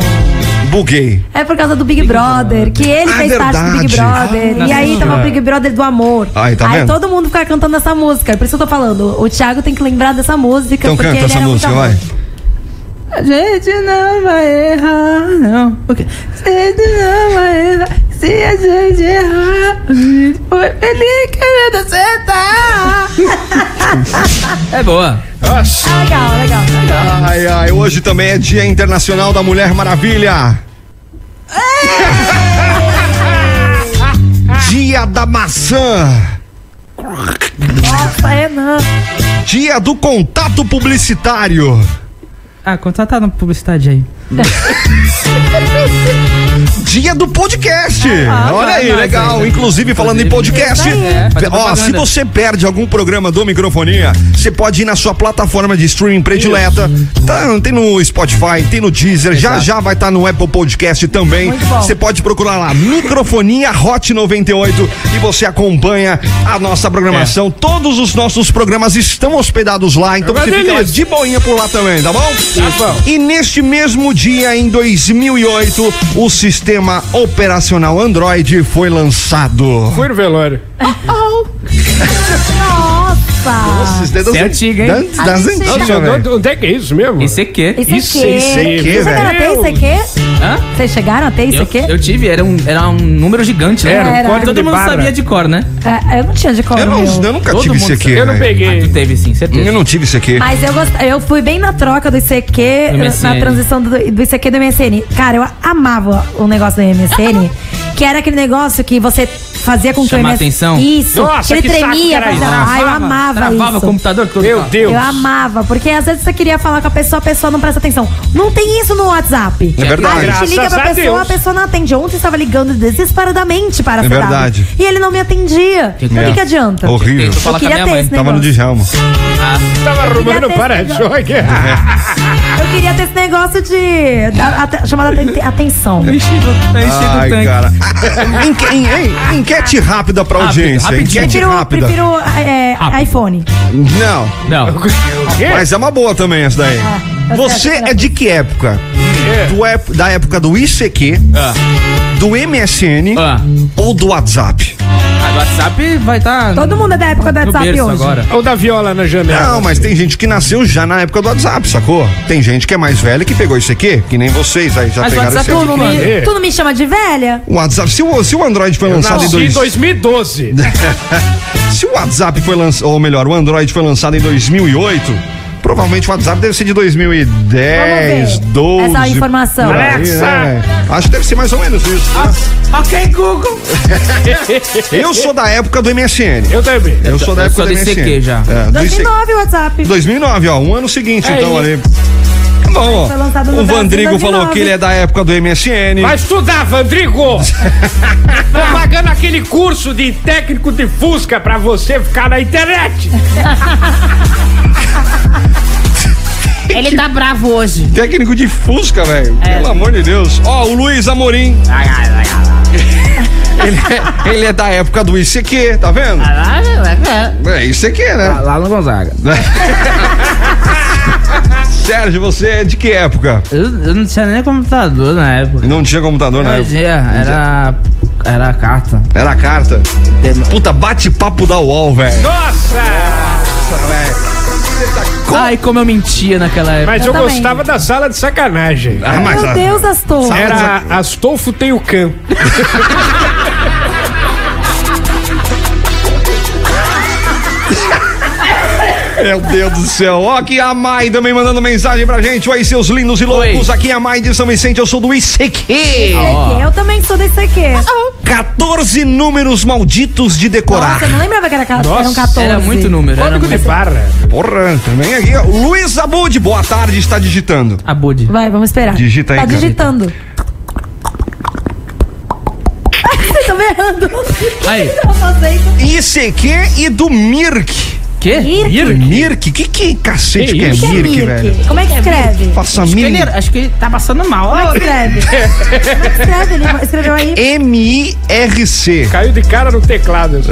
Buguei.
É por causa do Big Brother, que ele
Ah,
fez parte do Big
verdade.
Brother. e aí tava o Big Brother do amor.
Aí, tá
aí
vendo?
todo mundo ficava cantando essa música. Por isso eu tô falando, o Thiago tem que lembrar dessa música.
Então
porque
canta
ele
essa
era muito
música,
amor.
vai.
A gente não vai errar, Ah, não. Porque a gente não vai errar. Se a gente errar, a gente foi feliz tá. querendo acertar.
É boa.
Nossa.
Ah, legal, legal.
Ai, ai, hoje também é Dia Internacional da Mulher Maravilha. Dia da maçã.
Nossa, é não.
Dia do contato publicitário.
Ah, contratar na publicidade aí.
Dia do podcast. Olha aí,
nós,
legal. Inclusive, falando em podcast,
É, fazer
ó, se
propaganda.
você perde algum programa do Microfonia, você pode ir na sua plataforma de streaming predileta. Tá, tem no Spotify, tem no Deezer, já já vai estar no Apple Podcast também.
Muito bom.
Você pode procurar lá, Microfonia Hot 98 e você acompanha a nossa programação. Todos os nossos programas estão hospedados lá, então
uma
você fica lá
delícia.
de boinha por lá também, tá bom? E neste mesmo dia, em 2008, o sistema operacional Android foi lançado.
Fui no velório.
Nossa.
Esses dedos
é antiga, hein?
Das, das
Antiga.
antigas,
Nossa,
velho.
onde- onde é que é isso mesmo?
Esse aqui.
Isso
Isso,
aqui.
isso aqui,
Vocês chegaram até
velho.
isso aqui?
Hã?
Vocês chegaram até isso é
Eu,
aqui?
eu tive, era um, era um número gigante, né?
Era,
um código
Todo
de
mundo
barra.
sabia de cor, né?
É, eu não tinha de como.
Eu, não-
meu.
eu nunca
Todo
tive isso
mundo
aqui.
Eu não
velho.
Ah, tu
peguei.
teve sim, certeza.
Eu não tive isso aqui.
Mas eu gostei, eu fui bem na troca do ICQ,
Do
na
MSN.
transição do, do ICQ e do MSN. Cara, eu amava o negócio do MSN, que era aquele negócio que você fazia com que o
Chamar
MS...
atenção?
Isso,
Nossa,
que ele
que saco
tremia.
que era
fazia-
isso.
Ah, eu amava
Travava o
isso.
computador todo.
Meu Deus.
Eu amava, porque às vezes você queria falar com a pessoa, a pessoa não presta atenção. Não tem isso no WhatsApp.
É verdade.
A gente liga
Graças
pra
a
pessoa,
Deus.
a pessoa não atende. Ontem eu estava ligando desesperadamente para a
É
CW,
verdade. É.
E ele não me atendia. Então o que, que
tá
adianta?
Horrível.
Tento falar
Eu
com a
queria
minha
ter
mãe.
esse
Tava no
negócio.
Djalma.
Tava arrumando
ter
para-choque.
Eu queria ter esse negócio de. da- ate- chamada aten- atenção.
Enchi do, enchi é do
Ai,
tanque.
cara. Ah, enque- en- en- enquete rápida pra
Rápido,
audiência.
rapidinho.
enquete
Prefiro,
rápida.
prefiro é,
Rápido.
iPhone.
Não,
Não.
mas é uma boa também essa daí.
eu
Você
quero,
é de que época? Do ép- da época do ICQ,
Ah,
do MSN
ah.
ou do WhatsApp?
Ah, o WhatsApp vai estar tá
Todo mundo é da época do
no
WhatsApp
berço
hoje.
agora.
Tá
Ou da viola na janela.
Não, mas tem gente que nasceu já na época do WhatsApp, sacou? Tem gente que é mais velha que pegou isso aqui, que nem vocês aí já
Mas
pegaram
WhatsApp
é um
esse
eu não
aqui.
mando.
E Tu não me chama de velha?
O WhatsApp, se o, se o Android foi lançado em
Nasci em
dois,
2012.
Se o WhatsApp foi lançado, ou melhor, o Android foi lançado em 2008, provavelmente o WhatsApp deve ser de 2010,
Vamos ver
12.
essa informação.
por aí,
Alexa!
né? Acho que deve ser mais ou menos isso.
Ok, Google.
Eu sou da época do MSN.
Eu também.
Eu sou da
eu
época
sou
do
do
MSN.
ICQ já.
É, do
2009 o WhatsApp.
2009, ó, um ano seguinte,
É
então,
isso.
ali. Bom,
Foi lançado
ó,
no
o
Brasil
Vandrigo
em
falou
2009.
que ele é da época do MSN.
Vai estudar, Vandrigo! Tô pagando aquele curso de técnico de Fusca pra você ficar na internet!
Ele tá bravo hoje.
Técnico de Fusca, velho.
É.
Pelo amor de Deus. Ó, o Luiz Amorim. ele, é, ele é da época do ICQ, tá vendo?
Ah,
É ICQ, né?
Lá no Gonzaga.
Sérgio, você é de que época?
Eu, eu não tinha nem computador na época.
Não tinha computador na
Hoje
época.
é, era.
era a carta.
Era a carta. Puta, bate-papo da UOL, velho.
Nossa!
Nossa, velho.
Ai, como eu mentia naquela época.
Mas eu,
também.
gostava da sala de sacanagem.
Ah, mas,
Meu
ah,
Deus, Astor.
Era Astolfo tem o cão.
Meu Deus do céu. Ó, aqui a Mai também mandando mensagem pra gente. Oi, seus lindos e loucos. Aqui é a Mai de São Vicente. Eu sou do ICQ.
Aqui, Eu também sou desse aqui.
14 números malditos de decorar.
Nossa, eu não lembrava que era, ca- eram
Nossa,
14.
Era muito número, era
Código de
muito.
é barra.
Porra, também aqui. ó. Luiz Abud, boa tarde, está digitando.
Abude.
Vai, vamos esperar.
Digita aí,
Tá
cara.
digitando. Vocês estão errando. tá O que
Aí.
eu fazendo?
ICQ e do Mirk.
Quê?
Irk?
Mirk? Que que cacete que,
Que
é
isso?
Que é
Mirk,
Mirk?
velho?
Como é que escreve?
Faça mínima.
Ele- acho que ele tá passando mal.
Como é
Ó,
que escreve? Como é que escreve? Ele escreveu aí.
M-I-R-C.
Caiu de cara no teclado.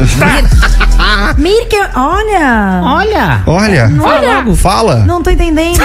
Mirk, olha.
Olha.
Olha,
Fala logo.
fala.
Não tô entendendo.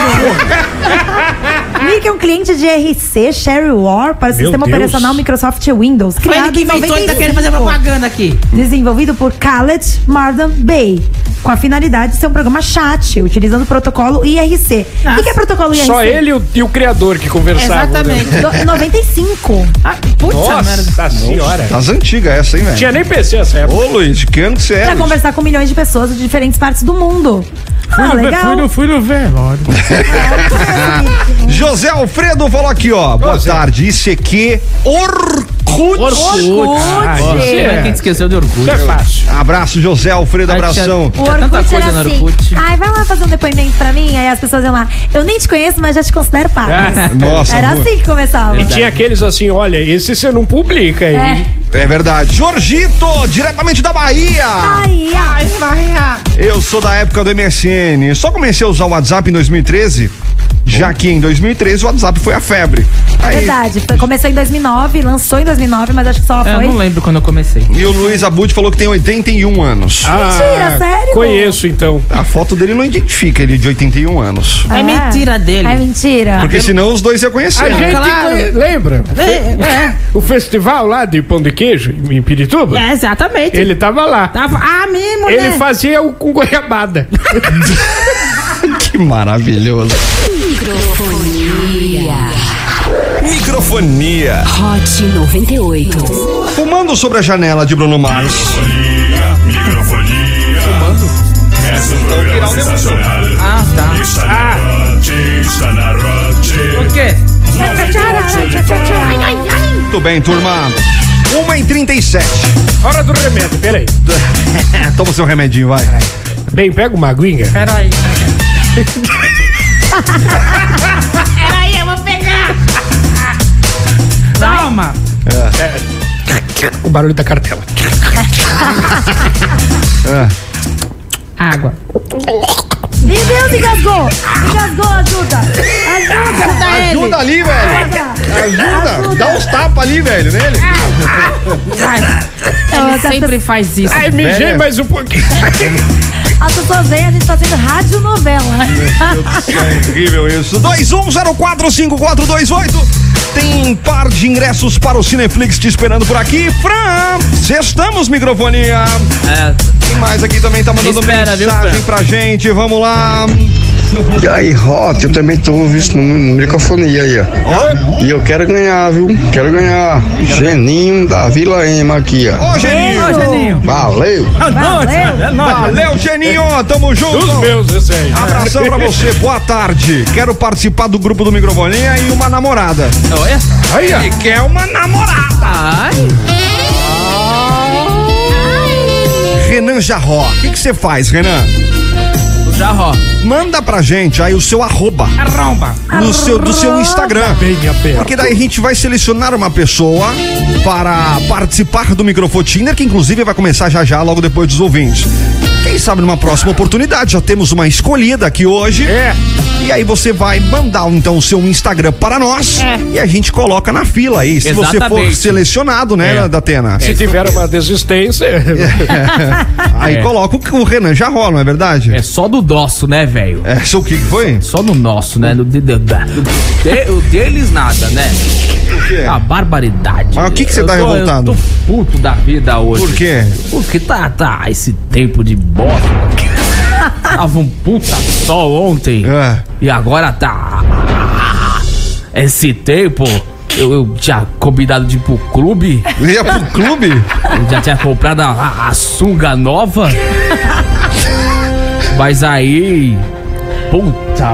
Mirk é um cliente de RC, Shareware, para o
Meu
sistema
Deus.
operacional Microsoft Windows.
Foi
Criado
ele que
em
inventou, ele tá querendo fazer
95.
propaganda aqui.
desenvolvido por Khaled Mardan Bey, com a finalidade de ser um programa chat, utilizando o protocolo IRC. O que que é protocolo IRC?
Só ele e o, e o criador que conversavam.
Exatamente.
Né?
Do- 95.
Ah, putz, merda.
Nossa senhora.
As antigas essa, hein,
Tinha
velho?
nem PC essa época.
Ô, Luiz, de que ano que você é?
Pra
Luiz?
conversar Tá com milhões de pessoas de diferentes partes do mundo. Ah, legal.
fui no velório.
José Alfredo falou aqui, ó. Boa tarde, ICQ Orkut.
Orkut.
Ah,
Quem
isso
é
é-
que esqueceu de
isso
Orkut?
é fácil.
Abraço, José Alfredo, abração.
O
Tinha tanta
Orkut era
coisa no
assim.
Orkut.
Ai, vai lá fazer um depoimento pra mim. Aí as pessoas iam lá. Eu nem te conheço, mas já te considero pago.
É.
Ah,
Nossa,
Era
boa.
assim que começava.
E tinha aqueles assim, olha, esse você não publica aí.
É.
é verdade. Jorgito, diretamente da Bahia.
Aí, ó.
Eu sou da época do MSN. Só comecei a usar o WhatsApp em 2013, já que em 2013 o WhatsApp foi a febre. Aí,
Verdade. Foi- Começou em 2009, lançou em 2009, mas acho que só
É, Eu
foi.
não lembro quando eu comecei.
e o Luiz Abud falou que tem 81 anos.
Mentira, sério?
Ah, Conheço então.
A foto dele não identifica ele é de 81 anos.
Ah.
É mentira dele.
É mentira.
Porque senão os dois iam conhecer.
A
né?
gente
claro. É,
conhe- lembra? é. O festival lá de pão de queijo em Pirituba?
É, exatamente.
Ele tava lá.
Tava... Ah, mesmo, né?
Ele fazia o com goiabada.
Que maravilhoso.
Microfonia.
Microfonia.
Hot 98.
Fumando sobre a janela de Bruno Mars.
Microfonia. Essa é um programa sensacional.
Ah, tá.
Está na rote, está na
Por
rote.
quê?
Muito bem, turma. 1 em 37.
Hora do remédio, peraí.
É, Toma seu remedinho, vai.
Bem, pega uma aguinha.
Peraí.
Peraí, eu vou pegar.
Toma.
O barulho da cartela.
Água.
Meu Deus, engasgou! Engasgou, ajuda! Ajuda!
Tá Ajuda ali, velho. Ajuda. Ah. Dá uns tapas ali, velho, nele.
Então, as,
Sempre faz isso.
Ai, mijei
Velha.
mais um pouquinho.
pessoas- as pessoas vêm, a gente tá fazendo rádio novela.
É incrível isso. 21045428. Tem um par de ingressos para o Cineflix te esperando por aqui. Fran, sextamos, microfonia.
É,
Quem mais aqui também tá mandando
Espera, viu,
mensagem
Fran?
pra gente? Vamos lá.
E aí, Hot, eu também tô ouvindo isso no no microfonia aí, ó.
Ó,
E eu quero ganhar, viu? Quero ganhar. Geninho da Vila Ema aqui, ó.
Ô, Geninho.
Valeu!
É
Valeu!
Valeu, Geninho. Tamo
Dos
junto.
meus, esse aí.
Abração pra você, boa tarde. Quero participar do grupo do Microfonia e uma namorada.
é
olha.
Aí, ó. E quer uma namorada.
Ai.
Renan Jarró, o que que você faz, Renan?
Jarró.
Manda pra gente aí o seu arroba
Arromba.
no seu, do seu Instagram.
Bem aberto.
Porque daí a gente vai selecionar uma pessoa para participar do Microfotiner, que inclusive vai começar já já, logo depois dos ouvintes. Quem sabe numa próxima oportunidade, já temos uma escolhida aqui hoje. É. E aí você vai mandar então o seu Instagram para nós e a gente coloca na fila aí. Se você for
Exatamente.
selecionado, né,
É.
Datena?
Se tiver uma desistência.
Aí
É.
coloca o, o Renan Jarró, não é verdade?
É só do nosso, né, velho?
É, só o que foi?
Só no nosso, né? No de- de- da- do- de- o deles nada, né?
é?
A
Ah,
barbaridade.
Mas o que que você
Eu
tá
tô-
revoltado?
Eu tô puto da vida hoje.
Por quê?
Porque tá, tá, esse tempo de bosta. Tava um puta sol ontem.
É. Ah,
E agora tá. Esse tempo. Eu, eu tinha combinado de ir pro clube.
Ia pro clube?
Eu já tinha comprado a, a- a sunga nova. Mas aí. Puta.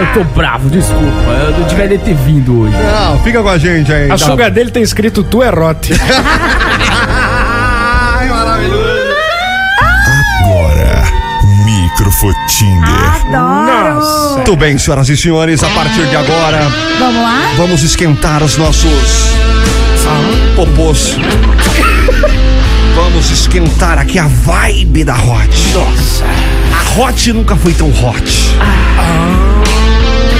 Eu tô bravo, desculpa. Eu não deveria ter vindo hoje.
Não, fica com a gente aí. então.
A
Tá
suga
bom.
dele tem escrito tu é erote.
Ai, maravilhoso.
Agora, Microfotinger.
Adoro!
Muito bem, senhoras e senhores, a partir de agora
Vamos lá?
vamos esquentar os nossos ah, popôs. Vamos esquentar aqui a vibe da Hot. Nossa. A Hot nunca foi tão hot.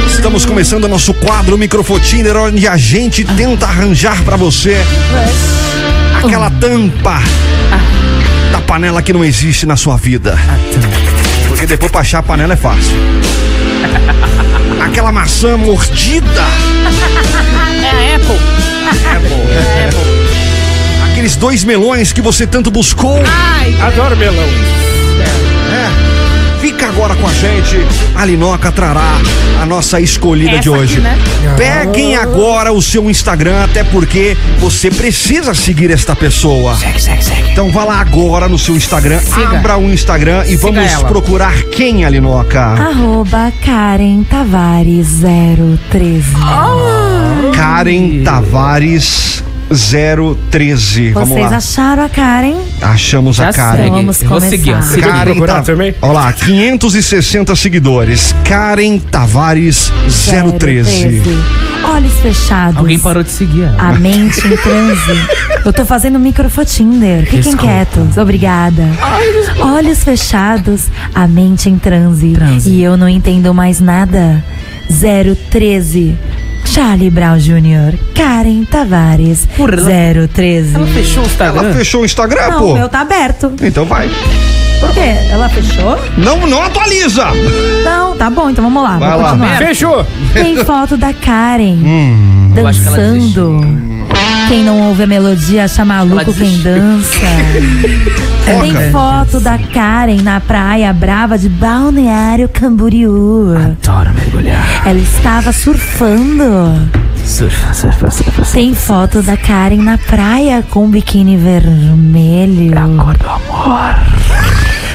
Estamos começando o nosso quadro Microfotiner, onde a gente tenta arranjar pra você aquela tampa da panela que não existe na sua vida. Porque depois pra achar a panela é fácil. Aquela maçã mordida.
É a Apple.
Aqueles dois melões que você tanto buscou.
Adoro melão.
É. Fica agora com a gente. A Linoca trará a nossa escolhida
Essa
de hoje.
aqui, né? Ah.
Peguem agora o seu Instagram, até porque você precisa seguir esta pessoa.
Segue, segue, segue.
Então vá lá agora no seu Instagram,
Siga.
abra o Instagram e vamos
ela.
procurar quem, Alinoca?
Arroba Karen Tavares 013.
Karen Tavares 013. Vamos
Vocês
lá.
acharam a Karen?
Achamos a Karen.
Vamos
Tá Eu vou
começar.
seguir, eu sigo de
Karen
procurar
Ta- Olha lá, 560 seguidores. Karen Tavares 013.
Olhos fechados.
Alguém parou de seguir ela.
A mente em transe. Eu tô fazendo microfotinder. Fiquem
Desculpa.
quietos. Obrigada. Olhos fechados, a mente em transe. E eu não entendo mais nada. 013. Charlie Brown Jr. Karen Tavares. 013.
Ela Ah, fechou o Instagram?
Ela fechou o Instagram,
Não,
pô?
o meu tá aberto.
Então vai.
Por quê? Ela fechou?
Não, não atualiza.
Não, tá bom, então vamos lá.
Vai
vou
lá.
continuar.
Fechou.
Tem foto da Karen
eu acho que ela
dançando. Quem não ouve a melodia acha maluco quem dança. Tem foto da Karen na praia brava de Balneário Camboriú.
Adoro mergulhar.
Ela estava surfando.
Surfa, surfa, surfa. surfa.
Tem foto da Karen na praia com um biquíni vermelho.
Acorda, amor.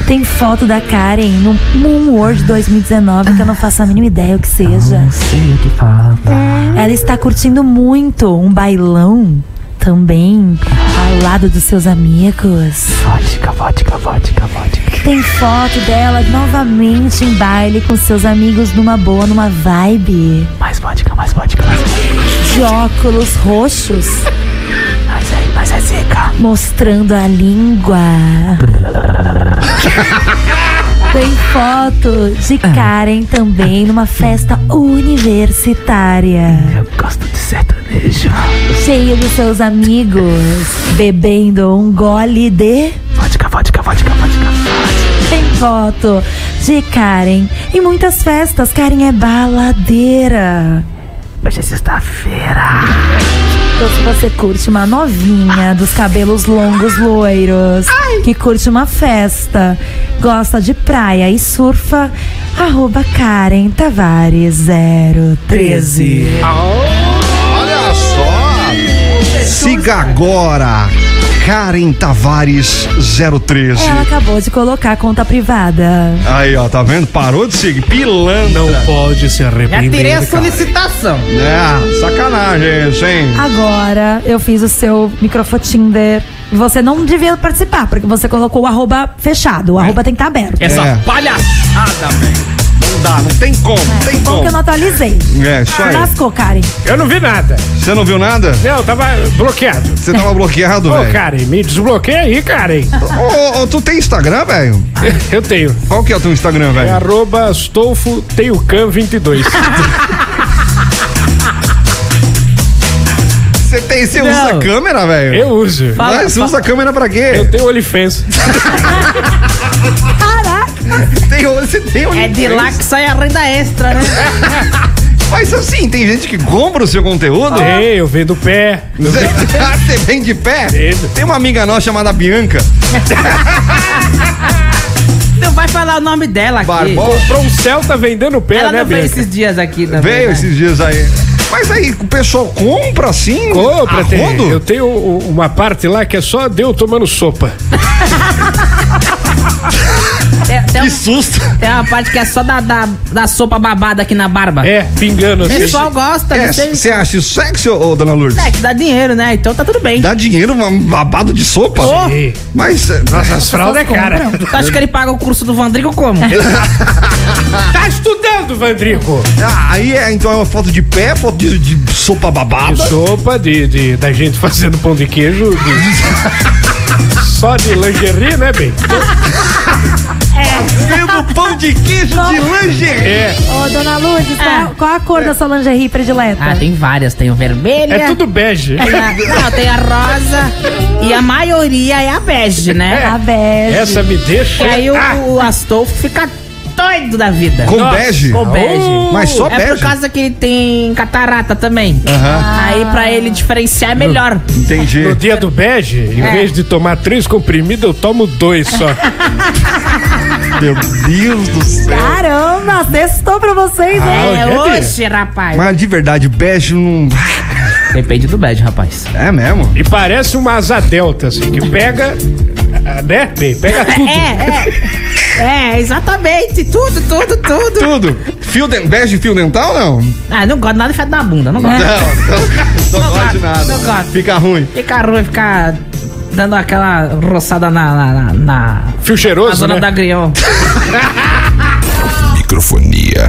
Tem foto da Karen no Moon World 2019 que eu não faço a mínima ideia o que seja.
Sei o que falta.
Ela está curtindo muito um bailão também ao lado dos seus amigos.
Vodka, vodka, vodka, vodka.
Tem foto dela novamente em baile com seus amigos numa boa, numa vibe.
Mais vodka, mais vodka, mais vodka.
De óculos roxos,
Mas é, mas é seca.
mostrando a língua. Tem foto de Karen também numa festa universitária.
Eu gosto de sertanejo.
Cheio dos seus amigos, bebendo um gole de.
Vodka, vodka, vodka, vodka.
Tem foto de Karen em muitas festas. Karen é baladeira.
Hoje é sexta-feira.
Então, se você curte uma novinha dos cabelos longos loiros, que curte uma festa, gosta de praia e surfa, arroba Karen Tavares 013.
Olha só. Siga agora. Karen Tavares 013.
Ela acabou de colocar a conta privada.
Aí, ó, tá vendo? Parou de seguir. Pilando.
Não pode se
Já
arrepender.
tirei a
cara.
solicitação.
É, sacanagem isso, hein?
Agora eu fiz o seu microfotinder. Você não devia
É
participar, porque você colocou o arroba fechado. O arroba tem que estar tá aberto.
Essa
É.
palhaçada, velho.
Não dá, É. não tem como, não tem
Bom
como.
É. que eu não atualizei.
É, isso aí.
Lascou, Karen.
Eu não vi nada.
Você não viu nada?
Não, tava bloqueado.
Você tava bloqueado,
Ô,
velho?
Karen, me desbloqueia aí, Karen.
Ô, ô, tu tem Instagram, velho?
Eu tenho.
Qual que é o teu Instagram,
É
velho?
arroba Astolfo Teiucan 22.
Você tem, você usa
Não.
câmera, velho?
Eu uso.
Mas você usa câmera pra quê?
Eu tenho OnlyFans.
Tem, você tem um
É de lá que sai a renda extra, né?
Mas assim, tem gente que compra o seu conteúdo?
Tem, eu vendo pé.
Você, Ah, você vem de pé? Tem uma amiga nossa chamada Bianca.
Não vai falar o nome dela aqui.
Barbosa.
Comprou um Celta vendendo pé,
Ela
né,
não veio
Bianca?
esses dias aqui também.
Veio
né?
esses dias aí. Mas aí, o pessoal compra assim?
Compra,
a
tem.
rodo?
Eu tenho u- uma parte lá que é só deu tomando sopa.
Tem, tem um-
susto!
tem uma parte que é só da, da, da sopa babada aqui na barba.
É, pingando
O
assim.
pessoal gosta,
É,
não sei.
Você acha isso sexy, ô, ô, dona Lourdes?
É, que dá dinheiro, né? Então tá tudo bem.
Dá dinheiro um babado de sopa?
Ô.
Sim.
Mas. é,
Nossa, as fraldas é cara.
Tu acha que ele paga o curso do Vandrigo como?
Tá estudando, Vandrico.
ah, Aí é, então é uma foto de pé, foto de, de sopa
E
babada.
sopa de, de- da gente fazendo pão de queijo. de- Só de lingerie, né, bem?
Vendo pão de queijo de lingerie.
É,
Ô, dona Lourdes, qual, qual a cor da sua lingerie predileta?
Ah, tem várias. Tem o vermelho.
é tudo bege.
Não, tem a rosa. E a maioria é a bege, né?
A bege.
Essa me deixa.
E aí o,
Ah,
o Astolfo fica doido da vida.
Com
nossa,
bege? Oh,
com
bege.
Mas só
é por
bege.
causa que ele tem catarata também. Ah.
Aham.
Aí pra ele diferenciar é melhor.
Entendi.
No dia do bege, em
É.
vez de tomar três comprimidos, eu tomo dois só.
Meu Deus do céu.
Caramba, sextou pra vocês, hein?
é
hoje é dia.
hoje, rapaz.
Mas de verdade, bege não.
Depende do bad, rapaz.
É mesmo?
E parece uma asa delta, assim, que pega. ah, Né? Bem, pega tudo.
É, é. É, exatamente. Tudo, tudo, tudo.
Tudo. Fio de... Bege fio dental, não?
Ah, não gosto nada de ficar na bunda, não
É,
gosto.
Não, não gosto de nada. né?
Não gosto.
Fica ruim.
Fica ruim, ficar dando aquela roçada na. na, na, na-
Fio
na
cheiroso,
zona
né?
do agrião.
Microfonia.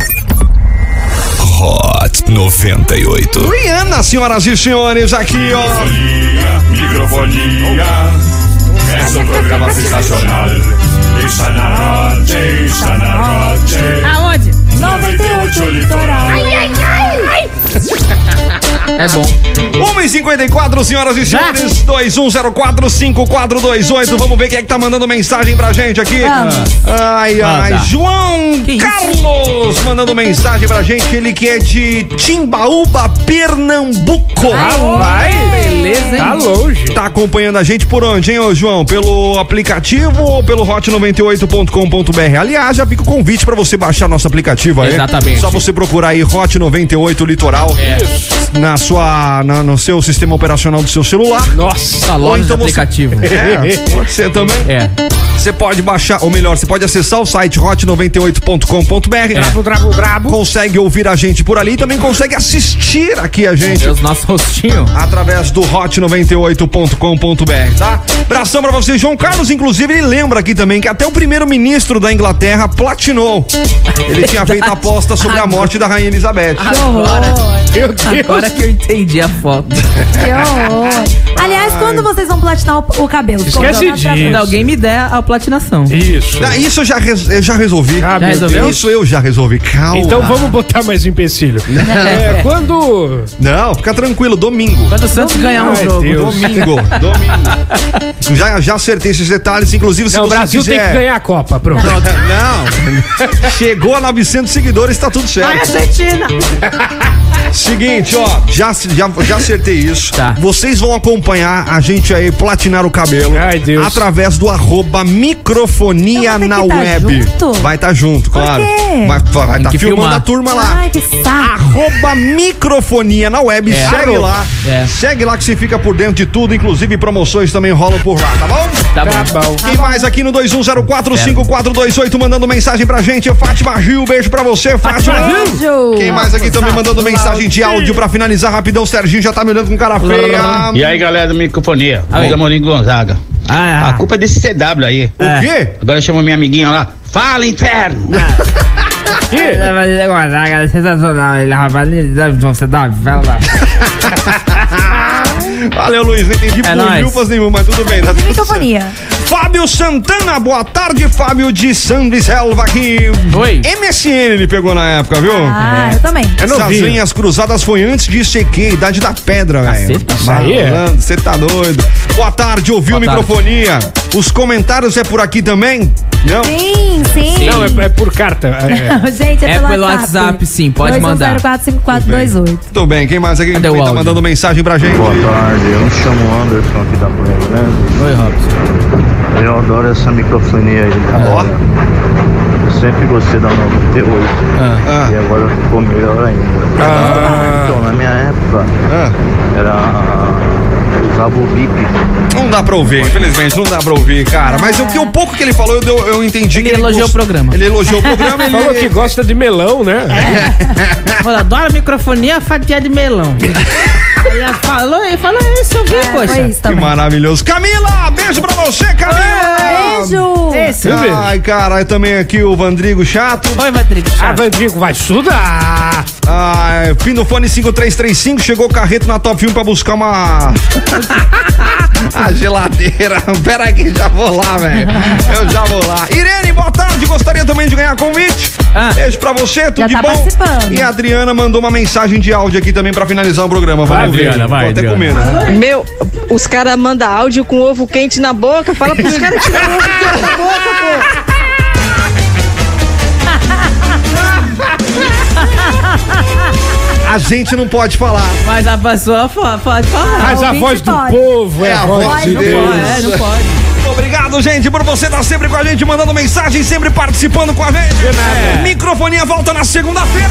Hot 98.
Rihanna, senhoras e senhores, aqui, ó.
Microfonia. É um programa sensacional. Está na rote, está na rote.
Aonde?
98 litoral.
É bom.
1h54, senhoras e senhores, 21045428. Vamos ver quem é que tá mandando mensagem pra gente aqui. Ai, ai, João Carlos mandando mensagem pra gente. Ele que é de Timbaúba, Pernambuco.
Vai!
Beleza, hein?
Tá longe.
Tá acompanhando a gente por onde, hein, ô João? Pelo aplicativo ou pelo hot98.com.br? Aliás, já fica o convite pra você baixar nosso aplicativo aí.
Exatamente.
Só você procurar aí Hot 98 Litoral
É.
na sua, na- no seu sistema operacional do seu celular.
Nossa,
Ou
loja
então
de
você-
aplicativo.
É, pode ser também.
É.
Você pode baixar, ou melhor, você pode acessar o site
É.
hot98.com.br.
Brabo, brabo, brabo.
Consegue ouvir a gente por ali e também consegue assistir aqui a gente
É os nossos rostinhos.
através do hot98.com.br, tá? Abração pra você, João Carlos. Inclusive, ele lembra aqui também que até o primeiro-ministro da Inglaterra platinou. Ele tinha feito aposta sobre a morte da Rainha Elizabeth.
Meu Deus.
Agora que eu entendi a foto.
Que horror. Aliás, quando vocês vão platinar o, o cabelo?
Esquece
Ficou pra-
disso.
Quando alguém me der a platinação.
Isso.
Ah, isso eu já, res- eu já resolvi.
Ah, meu
resolveu?
Deus.
Isso eu já resolvi. Calma.
Então vamos botar mais empecilho. É, quando.
Não, fica tranquilo, domingo.
Quando o Santos ganhar um
Ai,
jogo.
Deus.
Domingo, domingo. Já, já acertei esses detalhes, inclusive se
Não, o
você
Brasil
quiser. é
tem que ganhar a Copa, pronto.
Não, chegou a 900 seguidores, tá tudo
Vai,
certo.
Argentina!
Seguinte, ó, já, já, já acertei isso.
Tá.
Vocês vão acompanhar a gente aí platinar o cabelo.
Ai, Deus.
Através do arroba microfonia
Então vai ter
na
que tá
web.
junto?
Vai estar junto, claro.
quê?
Vai estar
que
filmando
filmar.
a turma lá.
Ai, que saco.
Arroba microfonia na web,
É.
segue lá.
É.
Segue lá que você fica por dentro de tudo, inclusive promoções também rolam por lá, tá bom?
Tá
Tá
bom.
bom.
Quem mais aqui no 21045428 mandando mensagem pra gente? Fátima Gil, beijo pra você, Fátima.
Beijo.
Quem mais aqui também mandando mensagem de áudio pra finalizar rapidão? Serginho já tá me olhando com cara feia.
E aí, galera do Microfonia,
Aí.
Luiz Amorim Gonzaga.
Ah,
A culpa é desse CW aí.
O quê?
Agora eu chamo minha amiguinha lá. Fala, inferno!
aqui?
Mas
né?
Gonzaga é sensacional, ele, rapaz. Ele deve
um
você dar uma vela.
Valeu, Luiz. Não entendi
É
por
nóis.
luvas nenhuma, mas tudo bem. Tá tudo
microfonia.
certo. Fábio Santana, boa tarde, Fábio de Sandri Selva aqui. Oi. MSN ele pegou na época, viu?
Ah, eu também.
É Essas
novinho.
linhas cruzadas foi antes de ICQ, Idade da Pedra, velho.
isso aí é.
Malandro, Você tá doido. Boa tarde, ouviu
Boa tarde.
microfonia. Os comentários é por aqui também? Não?
Sim, sim.
Não, é, é por carta.
Não, Gente, é,
É
pelo,
pelo
WhatsApp.
WhatsApp, sim, pode mandar.
21045428.
Tudo bem, quem mais aqui
Cadê o
também tá
áudio?
mandando mensagem pra gente?
Boa tarde, eu me chamo Anderson aqui da Punha Grande. Oi, Robson. Eu adoro essa microfonia aí, cara. Eu sempre gostei da 98.
Ah,
E agora ficou melhor ainda. Então, na minha época,
ah.
era. eu ah, Usava o bip.
Não dá pra ouvir, infelizmente, não dá pra ouvir, cara. Mas o que o pouco que ele falou, eu, deu- eu entendi ele que ele elogiou o programa. Ele elogiou o programa, ele
Falou que gosta de melão, né?
Falou, adoro microfonia, fatia de melão. Aí ela falou, ele falou "É isso, eu vi, poxa.
tá
Que maravilhoso. Camila, beijo pra você, Camila!
Beijo! Esse.
Ai, cara, eu também aqui o Vandrigo Chato.
Oi, Vandrigo Chato.
Ah, Vandrigo vai estudar. Ai, Ah, fim do fone 5335, chegou o carreto na Top 1 pra buscar uma... A geladeira. Pera aí que já vou lá, velho. Eu já vou lá. Irene, boa tarde. Gostaria também de ganhar convite.
Ah.
Beijo pra você, tudo
Já
de
tá
bom?
participando.
E a Adriana mandou uma mensagem de áudio aqui também pra finalizar o programa.
Vai,
Vamos ver.
Adriana, vai,
Tô até né? com
Adriana.
medo.
Meu, os caras mandam áudio com ovo quente na boca. Fala pros caras tirar o ovo quente da boca, pô.
A gente não pode falar.
Mas a pessoa fa- pode falar.
Mas a
Ouvinte
voz do
pode.
povo é a voz
pode,
de
não
Deus.
pode, é, não pode.
Muito Obrigado, gente, por você estar sempre com a gente, mandando mensagem, sempre participando com a gente. Microfonia volta na segunda-feira.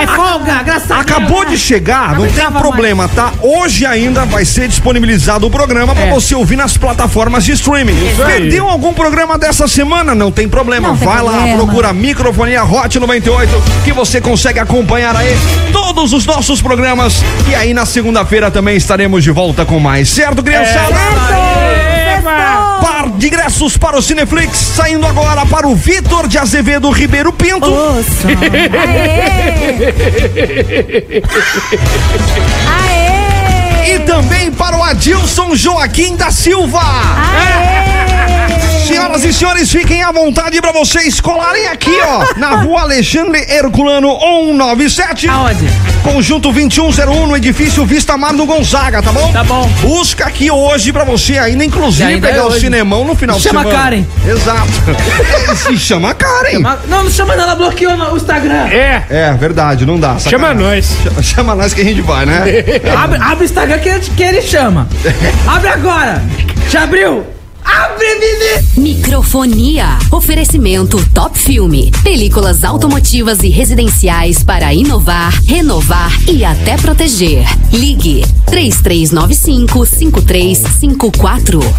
É folga, graças a Deus.
Acabou de chegar, não tem problema, tá? Hoje ainda vai ser disponibilizado o programa pra você ouvir nas plataformas de streaming.
É. Isso aí.
Perdeu algum programa dessa semana? Não tem problema.
Não tem
vai lá,
problema.
procura Microfonia Hot 98, que você consegue acompanhar aí todos os nossos programas. E aí na segunda-feira também estaremos de volta com mais, certo,
É
criançada? Par de ingressos para o Cineflix, saindo agora para o Vitor de Azevedo Ribeiro Pinto. E também para o Adilson Joaquim da Silva. Senhoras e senhores, fiquem à vontade para vocês colarem aqui, ó, na rua Alexandre Herculano 197. Aonde? Conjunto 2101 no edifício Vista Mar do Gonzaga, tá bom? Tá bom. Busca aqui hoje pra você ainda, inclusive,
Ainda é
pegar o
hoje.
cinemão no final
Chama
de semana.
Karen.
Exato. É, Se chama Karen.
Não, não chama não, ela bloqueou no- o Instagram.
É.
É, verdade, não dá.
Chama nós.
Chama, chama nós que a gente vai, né?
abre, abre o Instagram que ele, que ele chama. Abre agora. Já abriu.
Microfonia. Oferecimento Top Filme. Películas automotivas e residenciais para inovar, renovar e até proteger. Ligue 3395 5354.